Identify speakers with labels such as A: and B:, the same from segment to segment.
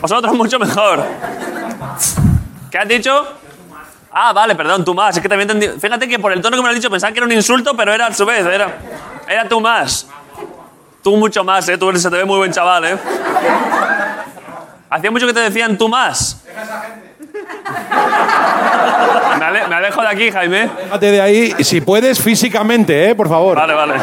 A: Vosotros mucho mejor. ¿Qué has dicho? Ah, vale, perdón, tú más. Es que también entendí. Fíjate que por el tono que me lo has dicho pensaba que era un insulto, pero era a su vez. Era, era tú más. Tú mucho más, ¿eh? Tú eres, se te ve muy buen chaval, ¿eh? Hacía mucho que te decían tú más. Me, ale- me alejo de aquí, Jaime.
B: Fíjate de ahí, si puedes físicamente, ¿eh? por favor.
A: Vale, vale.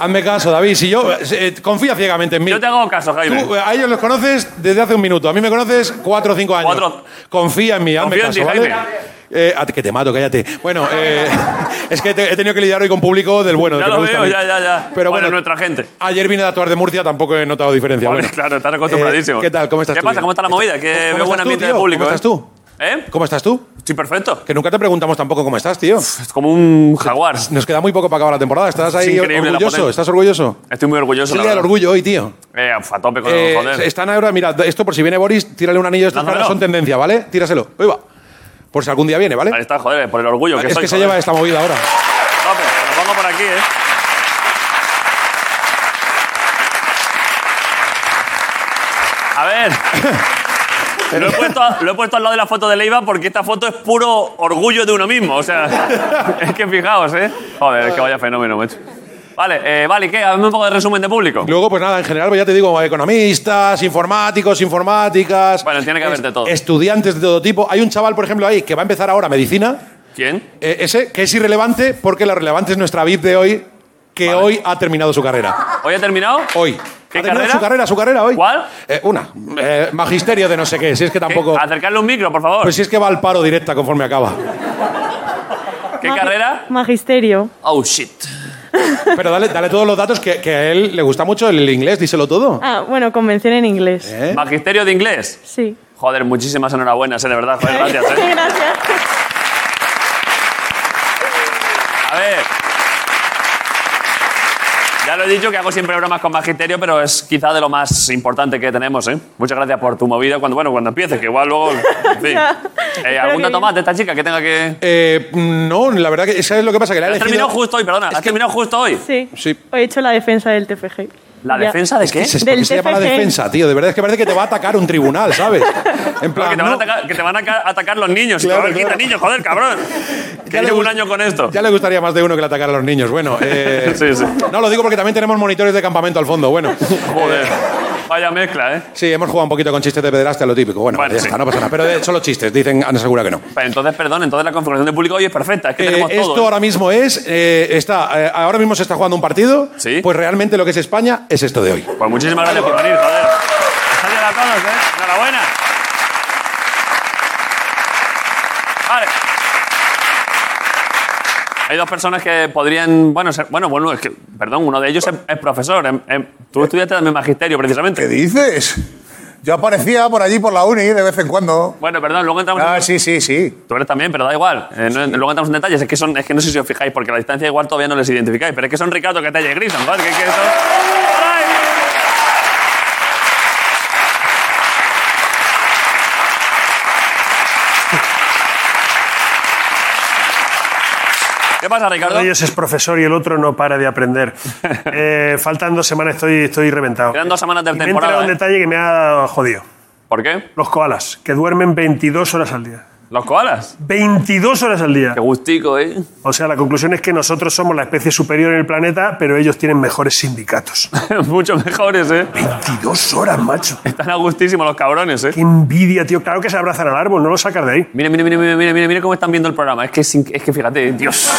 B: Hazme caso, David. Si yo eh, confía ciegamente en mí.
A: Yo te hago caso, Jaime.
B: Tú, eh, a ellos los conoces desde hace un minuto. A mí me conoces cuatro o cinco años.
A: Cuatro.
B: Confía en mí, hazme
A: Confío en ti,
B: caso, ¿vale?
A: Jaime.
B: Eh, a- que te mato, cállate. Bueno, eh, es que te- he tenido que lidiar hoy con público del bueno. del
A: Ya
B: que
A: lo
B: me gusta
A: veo,
B: a mí.
A: ya, ya, ya.
B: Pero
A: Bueno,
B: bueno,
A: nuestra gente.
B: ayer vine a actuar de Murcia, tampoco he notado diferencia.
A: Vale,
B: Bueno.
A: claro, están acostumbradísimo.
B: Eh, ¿Qué tal? ¿Cómo estás
A: ¿Qué
B: tú?
A: pasa? ¿Cómo está la movida? Que
B: ¿Cómo
A: veo buen
B: estás tú,
A: ambiente
B: tío?
A: de público.
B: ¿Cómo
A: ¿eh?
B: estás tú?
A: ¿Eh?
B: ¿Cómo estás tú?
A: Estoy perfecto.
B: Que nunca te preguntamos tampoco cómo estás, tío.
A: Es como un jaguar.
B: Nos queda muy poco para acabar la temporada. ¿Estás ahí
A: increíble la
B: orgulloso?
A: potencia.
B: ¿Estás orgulloso?
A: Estoy muy
B: Es
A: orgulloso.
B: el
A: la
B: día del
A: verdad.
B: orgui- orgullo hoy, tío.
A: Eh, a tope con
B: Eh,
A: joder.
B: están ahora, mira, esto por si viene Boris, tírale un anillo. Estas
A: Lánzamelo.
B: caras son tendencia, ¿vale? Tíraselo. Ahí va. Por si algún día viene, ¿vale?
A: Ahí está, joder, por el orgullo que
B: es
A: soy.
B: que se
A: joder.
B: lleva esta movida ahora.
A: Tope, te lo pongo por aquí, ¿eh? A ver. Lo he, puesto, lo he puesto al lado de la foto de Leiva porque esta foto es puro orgullo de uno mismo. O sea, es que fijaos, ¿eh? Joder, es que vaya fenómeno, macho. Vale, eh, vale, ¿y ¿qué? Hazme un poco de resumen de público.
B: Luego, pues nada, en general, pues ya te digo, economistas, informáticos, informáticas.
A: Bueno, tiene que haber de todo.
B: Estudiantes de todo tipo. Hay un chaval, por ejemplo, ahí que va a empezar ahora medicina.
A: ¿Quién?
B: eh, ese, que es irrelevante porque lo relevante es nuestra VIP de hoy, que hoy ha terminado su carrera.
A: ¿Hoy ha terminado?
B: Hoy.
A: ¿Qué
B: ha terminado
A: carrera?
B: su carrera, su carrera hoy.
A: ¿Cuál?
B: Eh, una. Eh, magisterio de no sé qué, si es que
A: ¿Qué? Ah,
B: tampoco.
A: Acercarle un micro, por favor.
B: Pues si es que va al paro directa conforme acaba.
A: ¿Qué carrera?
C: Magisterio.
A: Oh, shit.
B: Pero dale, dale todos los datos que, que a él le gusta mucho el inglés, díselo todo.
C: Ah, bueno, convención en inglés.
B: ¿Eh?
A: Magisterio de inglés.
C: Sí.
A: Joder, muchísimas enhorabuenas, eh, de verdad. Joder, gracias, eh.
C: Gracias.
A: A ver. Ya lo he dicho que hago siempre bromas con magisterio, pero es quizá de lo más importante que tenemos, ¿eh? Muchas gracias por tu movida. Cuando, bueno, cuando empieces, que igual luego. En fin.
C: Ya.
A: Eh,
C: Espero
A: ¿Algún
C: que
A: dato
C: bien.
A: más de esta chica que tenga que.
B: Eh, no, la verdad que ¿sabes lo que pasa? Que la ha
A: Has
B: elegido-
A: terminado justo hoy, perdona. Has terminado justo hoy.
C: Sí.
B: Sí.
C: Hoy he hecho la defensa del TFG.
A: ¿La
C: Ya.
A: defensa de qué?
B: Se,
C: Del
B: se llama la
C: TFG.
B: defensa, tío. De verdad es que parece que te va a atacar un tribunal, ¿sabes? En
A: Claro, que, te
B: plan,
A: van a
B: no,
A: atacar, que te van a ca- atacar los niños. Y te
B: Claro,
A: van a- quita
B: claro.
A: niños, joder, cabrón.
B: Ya
A: Que
B: le
A: llevo un
B: gust-
A: año con esto.
B: ya le gustaría más de uno que le atacara a los niños. Bueno, eh,
A: Sí, sí.
B: no lo digo porque también tenemos monitores de campamento al fondo. Bueno,
A: Joder. Vaya mezcla, ¿eh?
B: sí, hemos jugado un poquito con chistes de pederastia, lo típico. Bueno,
A: Bueno,
B: ya
A: sí.
B: está, no pasa nada. Pero eh, son los chistes, dicen, han asegurado que no.
A: Pero Pues entonces, perdón, entonces la configuración de público hoy es perfecta. Es que
B: Eh,
A: tenemos todo.
B: esto
A: ¿eh?
B: ahora mismo es, eh, está, eh, ahora mismo se está jugando un partido,
A: Sí.
B: pues realmente lo que es España es esto de hoy.
A: Pues muchísimas gracias por venir, joder. Gracias a todos, ¿eh? Enhorabuena. Vale. Hay dos personas que podrían. Bueno, ser- bueno, bueno es que, perdón, uno de ellos es, es profesor. em- em- tú estudiaste también magisterio,
D: ¿Qué
A: precisamente.
D: dices? Yo aparecía por allí por la uni de vez en cuando.
A: Bueno, perdón, luego entramos.
D: Ah,
A: en...
D: sí, sí, sí.
A: Tú eres también, pero da igual. Eh, no- Luego entramos en detalles. Es que, son, es que no sé si os fijáis, porque a la distancia igual todavía no les identificáis. Pero es que son Ricardo, Catalla y Grison. joder, que- que son- ¡Ay! ¿Qué pasa,
E: Uno
A: Ricardo?
E: de ellos es profesor y el otro no para de aprender. Eh, faltan dos semanas, estoy, estoy reventado.
A: Quedan dos semanas de
E: Y me he
A: temporada,
E: enterado de un
A: ¿eh?
E: detalle que me ha jodido.
A: ¿Por qué?
E: Los koalas, que duermen 22 horas al día.
A: ¿Los koalas?
E: 22 horas al día.
A: Qué gustico, ¿eh?
E: O sea, la conclusión es que nosotros somos la especie superior en el planeta, pero ellos tienen mejores sindicatos.
A: Mucho mejores, ¿eh?
E: 22 horas, macho.
A: Están a gustísimo los cabrones, ¿eh?
E: Qué envidia, tío. Claro que se abrazan al árbol, no lo sacas de ahí.
A: Mira, mira, mira, mira, mira, mira, mira cómo están viendo el programa. Es que, es, inc- es que fíjate, Dios.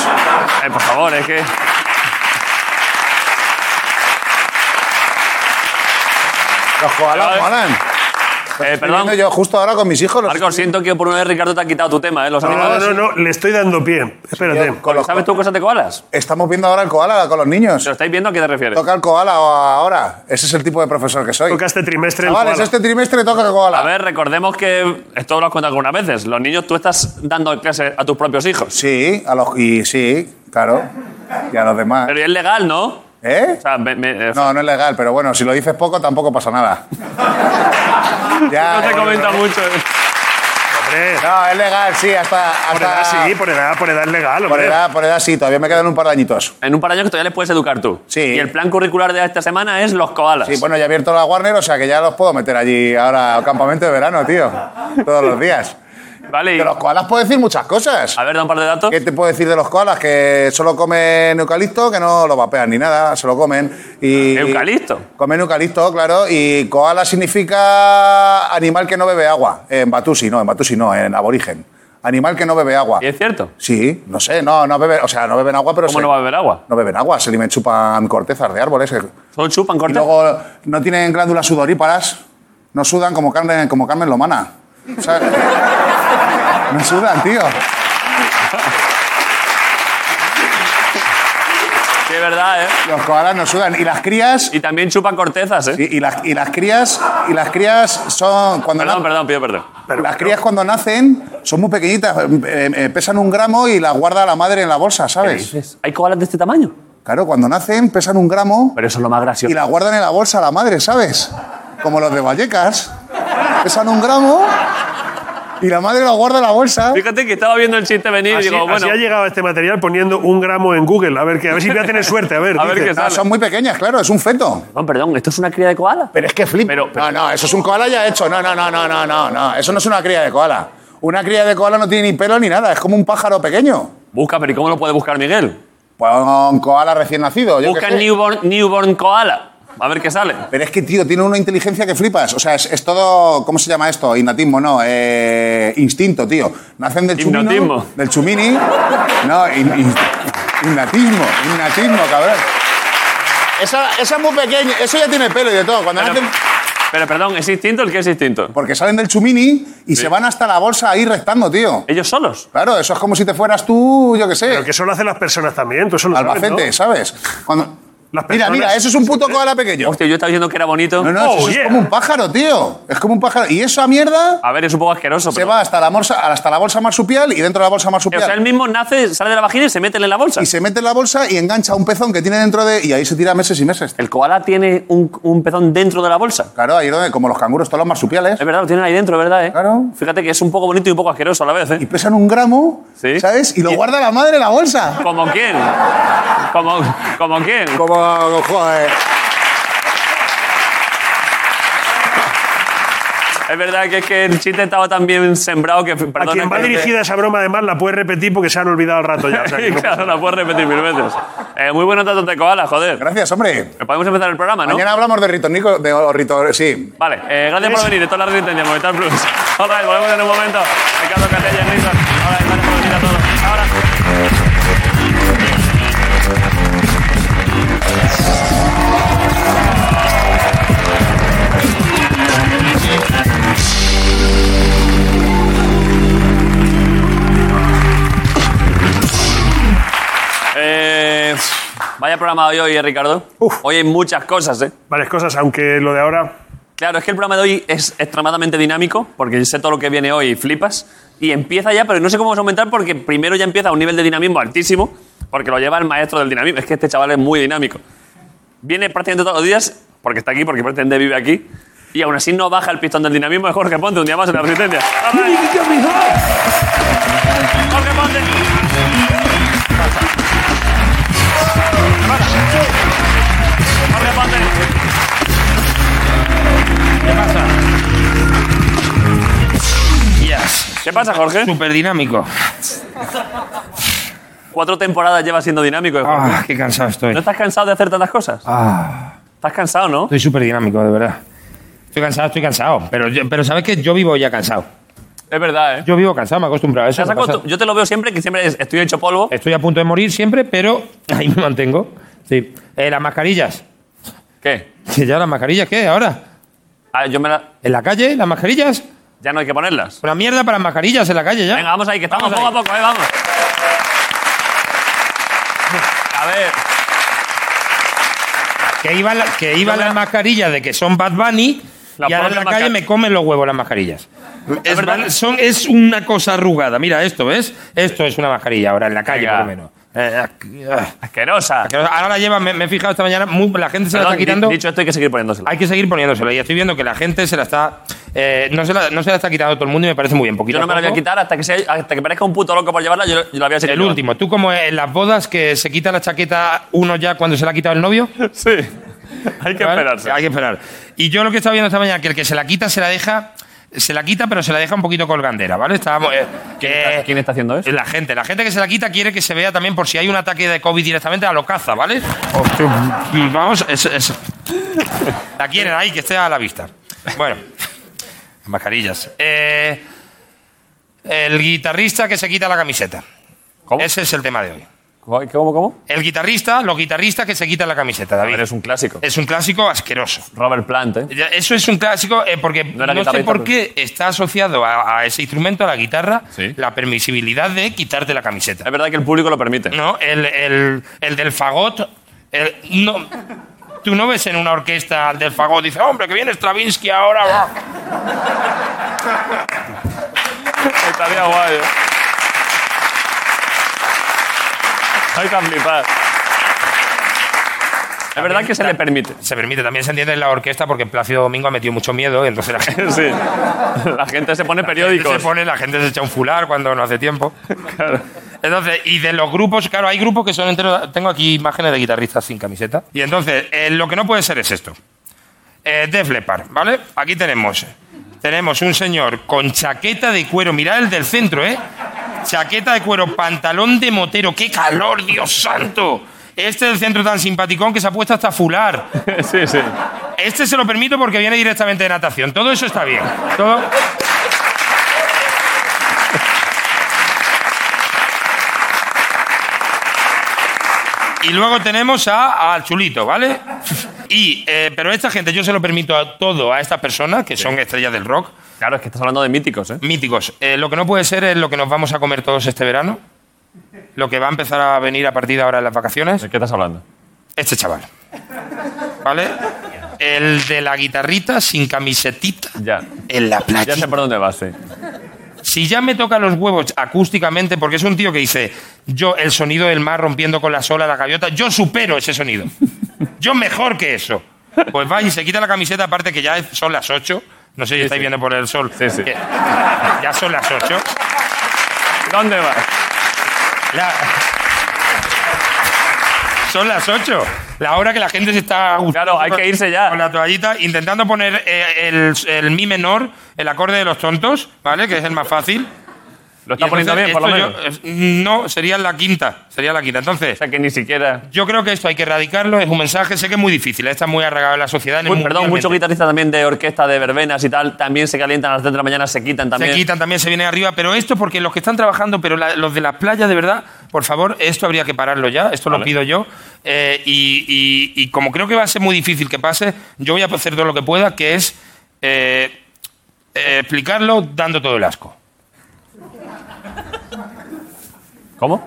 A: Eh, por favor, es que.
D: Los koalas
A: Vale.
D: molan.
A: Eh,
D: Estoy viendo
A: perdón.
D: Yo justo ahora con mis hijos los
A: Marcos, siento que por una vez Ricardo te ha quitado tu tema, ¿eh? Los
E: No, no,
A: animales.
E: no, no, le estoy dando pie. Espérate.
D: Yo, con los
A: eh, ¿Sabes tú cosas de koalas?
D: Estamos viendo ahora el koala con los
A: ¿Se lo
D: niños.
A: estáis viendo a qué te refieres?
D: Toca el koala ahora. Ese es el tipo de profesor que soy.
E: Toca este trimestre el
D: Chavales,
E: koala.
D: este trimestre toca el
A: A
D: koala.
A: ver, recordemos que. Esto lo has contado algunas veces. Los niños, tú estás dando clase a tus propios hijos.
D: Sí, a los, y sí, claro. Y a los demás.
A: Pero es legal, ¿no? O
D: ¿Eh?
A: sea, me- me- eh,
D: No, no es legal, pero bueno, si lo dices poco tampoco pasa nada. ya,
A: no te
D: eh,
A: comenta mucho. ¿eh?
E: hombre.
D: No, es legal, sí, hasta.
E: Por edad
D: hasta-
E: sí, por edad, por edad es legal,
D: Ah. Por
E: hombre.
D: edad, por edad sí, todavía me quedan un par de añitos.
A: En un par de años que todavía les puedes educar tú.
D: Sí.
A: Y el plan curricular de esta semana es los koalas.
D: Sí, bueno, ya he abierto la Warner, o sea que ya los puedo meter allí ahora al campamento de verano, tío. Todos los días.
A: Vale, y-
D: De los koalas puedo decir muchas cosas.
A: a ver, da un par de datos.
D: ¿Qué te puedo decir de los koalas? Que solo comen eucalipto, que no lo vapean ni nada, se lo comen. Y
A: ¿Eucalipto?
D: Comen eucalipto, claro. Y koala significa animal que no bebe agua. En Batusi, no, en Batusi no, en aborigen. Animal que no bebe agua.
A: ¿Y es cierto?
D: Sí, no sé, no, no beben, o sea, no beben agua, pero
A: ¿Cómo
D: se-
A: no va a beber agua?
D: no beben agua, se me chupan cortezas de árboles.
A: Solo chupan,
D: Y
A: corta.
D: luego no tienen glándulas sudoríparas, no sudan como Carmen, como Carmen Lomana. O sea, no sudan, tío.
A: Sí, es verdad, ¿eh?
D: Los koalas no sudan. Y las crías.
A: Y también chupan cortezas, ¿eh?
D: Y, y las, y las crías. Y las crías son. Cuando
A: Perdón,
D: na-
A: perdón, pido perdón.
E: Pero-
D: las crías cuando nacen son muy pequeñitas, eh, eh, pesan un gramo y las guarda la madre en la bolsa, ¿sabes?
A: ¿Hay koalas de este tamaño?
D: Claro, cuando nacen pesan un gramo
A: Pero eso es lo más
D: y
A: gracioso.
D: las guardan en la bolsa la madre, ¿sabes? Como los de Vallecas. Pesan un gramo y la madre los guarda en la bolsa.
A: Fíjate que estaba viendo el chiste venir
E: Así,
A: y digo,
E: así
A: bueno,
E: ha llegado este material poniendo un gramo en Google. A ver, que, a ver si voy a tener suerte. A ver,
A: A ver
E: dice.
A: qué
D: No,
A: sale.
D: son muy pequeñas, claro, es un feto.
A: Perdón, perdón, ¿esto es una cría de koala?
D: Pero es que flipa.
A: Pero- pero-
D: No, no, eso es un koala ya hecho. No, no, no, no, no, no, no. Eso no es una cría de koala. Una cría de koala no tiene ni pelo ni nada, es como un pájaro pequeño.
A: Busca, pero ¿y cómo lo puede buscar Miguel?
D: Pues un koala recién nacido. Yo
A: Busca
D: qué sé.
A: newborn, newborn koala. A ver qué sale.
D: Pero es que, tío, tiene una inteligencia que flipas. O sea, es, es todo. ¿Cómo se llama esto? Innatismo, no. eh, instinto, tío. Nacen del chumino.
A: Hipnotismo.
D: Del chumini. No, in- in- innatismo. Innatismo, cabrón. Esa, esa es muy pequeña. Eso ya tiene pelo y de todo. Cuando
A: Pero,
D: nacen.
A: pero, perdón, ¿es instinto el que es instinto?
D: Porque salen del chumini y se van hasta la bolsa ahí restando, tío.
A: ¿Ellos solos?
D: Claro, eso es como si te fueras tú, yo qué sé,
E: Pero que eso lo hacen las personas también. Tú eso lo sabes,
D: Albacete,
E: ¿no?
D: ¿sabes? Cuando...
E: Las
D: Mira,
E: personas-
D: mira, eso es un puto koala pequeño.
A: Hostia, yo estaba diciendo que era bonito.
D: No, no,
E: Oh,
D: eso es
E: yeah.
D: como un pájaro, tío. Es como un pájaro. Y esa mierda
A: A ver, es un poco asqueroso,
D: se
A: pero...
D: va hasta la, bolsa, hasta la bolsa marsupial y dentro de la bolsa
A: O sea, él
D: marsupial.
A: mismo nace, sale de la vagina y se mete en la bolsa.
D: Y se mete en la bolsa y engancha un pezón que tiene dentro de... Y ahí se tira meses y meses.
A: El koala tiene un, un pezón dentro de la bolsa.
D: Claro, ahí es donde, como los canguros, todos los marsupiales.
A: Es verdad, lo tienen ahí dentro, ¿verdad? Eh?
D: Claro.
A: Fíjate que es un poco bonito y un poco asqueroso a la vez,
D: Y
A: ¿eh?
D: pesan un gramo,
A: Sí.
D: ¿sabes? Y lo
A: Y-
D: guarda la madre en la bolsa.
A: ¿Como quién? ¿Como, como quién?
D: Como, joder.
A: Es verdad que, es que el chiste estaba tan bien sembrado que... Perdona,
E: A quien va
A: que-
E: dirigida esa broma, además, la puedes repetir porque se han olvidado al rato ya. o sea que no-
A: claro, la puedes repetir mil veces. Eh, muy buenos datos de koala, joder.
D: Gracias, hombre.
A: Podemos empezar el programa, ¿no?
D: Mañana hablamos de ritornico, de o- ritor, sí.
A: Vale, eh, gracias por venir. Esto es la resistencia, Movistar Plus. All right, volvemos en un momento. Ricardo Catella, Grison. All right, gracias por venir a todos. Ahora. Eh, vaya programa de hoy, eh, Ricardo.
E: Uf.
A: Hoy hay muchas cosas, ¿eh?
E: Varias cosas, aunque lo de ahora.
A: Claro, es que el programa de hoy es extremadamente dinámico, porque yo sé todo lo que viene hoy y flipas. Y empieza ya, pero no sé cómo vamos a aumentar, porque primero ya empieza a un nivel de dinamismo altísimo, porque lo lleva el maestro del dinamismo. Es que este chaval es muy dinámico. Viene prácticamente todos los días, porque está aquí, porque pretende vive aquí. Y aún así no baja el pistón del dinamismo de Jorge Ponte, un día más en la resistencia. All right. Jorge Ponte. Jorge Ponte. ¿Qué pasa? Yes. ¿Qué pasa, Jorge?
F: Súper dinámico.
A: Cuatro temporadas lleva siendo dinámico. eh, Jorge.
F: Ah, qué cansado
A: ¿No
F: estoy.
A: estás cansado de hacer tantas cosas?
F: Ah,
A: Estás cansado, ¿no?
F: estoy súper dinámico, de verdad. Estoy cansado, estoy cansado. Pero, yo- pero sabes que yo vivo ya cansado.
A: Es verdad, ¿eh?
F: Yo vivo cansado, me he acostumbrado a
A: ¿Te
F: eso.
A: has
F: me pasa-
A: acostum- Yo te lo veo siempre, que siempre es- estoy hecho polvo.
F: Estoy a punto de morir siempre, pero ahí me mantengo. Sí. Eh, las mascarillas.
A: ¿Qué?
F: Sí, ya las mascarillas, ¿qué? Ahora.
A: Ah, yo me la-
F: ¿En la calle? ¿Las mascarillas?
A: Ya no hay que ponerlas.
F: Una mierda para las mascarillas en la calle ya.
A: Venga, vamos ahí, que estamos
F: Vamos
A: poco
F: ahí.
A: a poco, ¿eh? Vamos. A ver,
F: Que iban la- que iban
A: Yo me-
F: las mascarillas de que son Bad Bunny.
A: La
F: y ahora en la
A: propia
F: calle
A: mascar-
F: me comen los huevos las mascarillas. Es,
A: verdad.
F: val- son- es una cosa arrugada. Mira esto, ¿ves? Esto es una mascarilla ahora en la calle,
A: Venga.
F: por lo menos. Eh, ac- ah.
A: asquerosa.
F: Que Ahora la lleva, me, me he fijado esta mañana, muy- la gente se la
A: Perdón,
F: está quitando.
A: di- dicho esto, hay que seguir poniéndosela.
F: Hay que seguir poniéndosela. Y estoy viendo que la gente se la está Eh, no, se la, no se la está quitando todo el mundo y me parece muy bien. Poquito
A: Yo no me la voy a
F: poco.
A: quitar hasta que, sea- hasta que parezca un puto loco por llevarla, yo, yo la voy a seguir
F: El
A: llevando.
F: último, tú como en las bodas que se quita la chaqueta uno ya cuando se la ha quitado el novio.
A: Sí. Hay que
F: ¿vale?
A: esperarse.
F: Hay que esperar. Y yo lo que estaba viendo esta mañana, que el que se la quita se la deja, se la quita pero se la deja un poquito colgandera, ¿vale? Estábamos, eh, que-
A: ¿Quién está haciendo eso?
F: la gente, la gente que se la quita quiere que se vea también por si hay un ataque de COVID directamente a lo caza, ¿vale? Hostia, Vamos, es, es- La quieren ahí, que esté a la vista. Bueno, mascarillas. Eh, el guitarrista que se quita la camiseta.
A: ¿Cómo?
F: Ese es el tema de hoy.
A: ¿Cómo, cómo?
F: El guitarrista, los guitarristas que se quitan la camiseta, David.
A: Eres un clásico.
F: Es un clásico asqueroso.
A: Robert Plant, ¿eh?
F: Ya, Eso es un clásico eh, porque
A: era
F: no, sé
A: guitarrista,
F: por qué está asociado a, a ese instrumento, a la guitarra,
A: Sí.
F: la permisibilidad de quitarte la camiseta.
A: Es verdad que el público lo permite.
F: No, el, el- el del fagot. el- no, tú no ves en una orquesta al del fagot, dice, hombre, que viene Stravinsky ahora. va".
A: Estaría guay. ¿eh? Hay que flipar. Es verdad que se le permite.
F: Se permite, también se entiende en la orquesta porque Plácido Domingo ha metido mucho miedo, entonces la gente
A: Sí. La gente se pone
F: se
A: periódicos.
F: pone, la gente se echa un fular cuando no hace tiempo.
A: Claro.
F: Entonces, y de los grupos, claro, hay grupos que son enteros. Tengo aquí imágenes de guitarristas sin camiseta. Y entonces, eh, lo que no puede ser es esto: eh, Def Leppard, ¿vale? Aquí tenemos. Tenemos un señor con chaqueta de cuero. Mirad el del centro, ¿eh? Chaqueta de cuero, pantalón de motero. ¡Qué calor, Dios santo! Este del centro tan simpaticón que se ha puesto hasta fular.
A: Sí, sí.
F: Este se lo permito porque viene directamente de natación. Todo eso está bien. Todo. Y luego tenemos a, al chulito, ¿vale? Y, eh, pero esta gente, yo se lo permito a todo a estas personas, que son estrellas del rock,
A: Claro, es que estás hablando de míticos, ¿eh?
F: míticos. Eh, lo que no puede ser es lo que nos vamos a comer todos este verano, lo que va a empezar a venir a partir de ahora en las vacaciones.
A: ¿De qué estás hablando?
F: Este chaval. ¿Vale? El de la guitarrita sin camisetita
A: Ya.
F: en la playa.
A: Ya sé por dónde vas, sí.
F: Si ya me toca los huevos acústicamente, porque es un tío que dice, yo el sonido del mar rompiendo con las olas la gaviota, yo supero ese sonido. Yo mejor que eso. Pues va y se quita la camiseta, aparte que ya es- son las 8. No sé si estáis viendo por el sol.
A: Sí, sí.
F: que- Ya son las 8.
A: ¿Dónde vas?
F: La- Son las 8. La hora que la gente se está gustando
A: Claro, hay que irse ya.
F: Con la toallita, intentando poner eh, el, el mi menor, el acorde de los tontos, ¿vale? Que es el más fácil.
A: Lo está
F: Y
A: poniendo bien,
F: entonces
A: por lo
F: esto
A: menos.
F: yo- eh, no, sería la quinta. Sería la quinta.
A: O
F: Entonces,
A: sea, que ni siquiera...
F: yo creo que esto hay que erradicarlo. Es un mensaje, sé que es muy difícil. ¿eh? Está muy arraigado en la sociedad. en el
A: Uy, perdón,
F: mundialmente.
A: muchos guitarristas también de orquesta, de verbenas y tal, también se calientan a las 3 de la mañana, se quitan también.
F: Se quitan, también se vienen arriba, pero esto porque los que están trabajando, pero la- los de las playas, de verdad, por favor, esto habría que pararlo ya, esto lo pido yo. Eh, y, y- y como creo que va a ser muy difícil que pase, yo voy a hacer todo lo que pueda, que es eh, eh, explicarlo dando todo el asco.
A: ¿Cómo?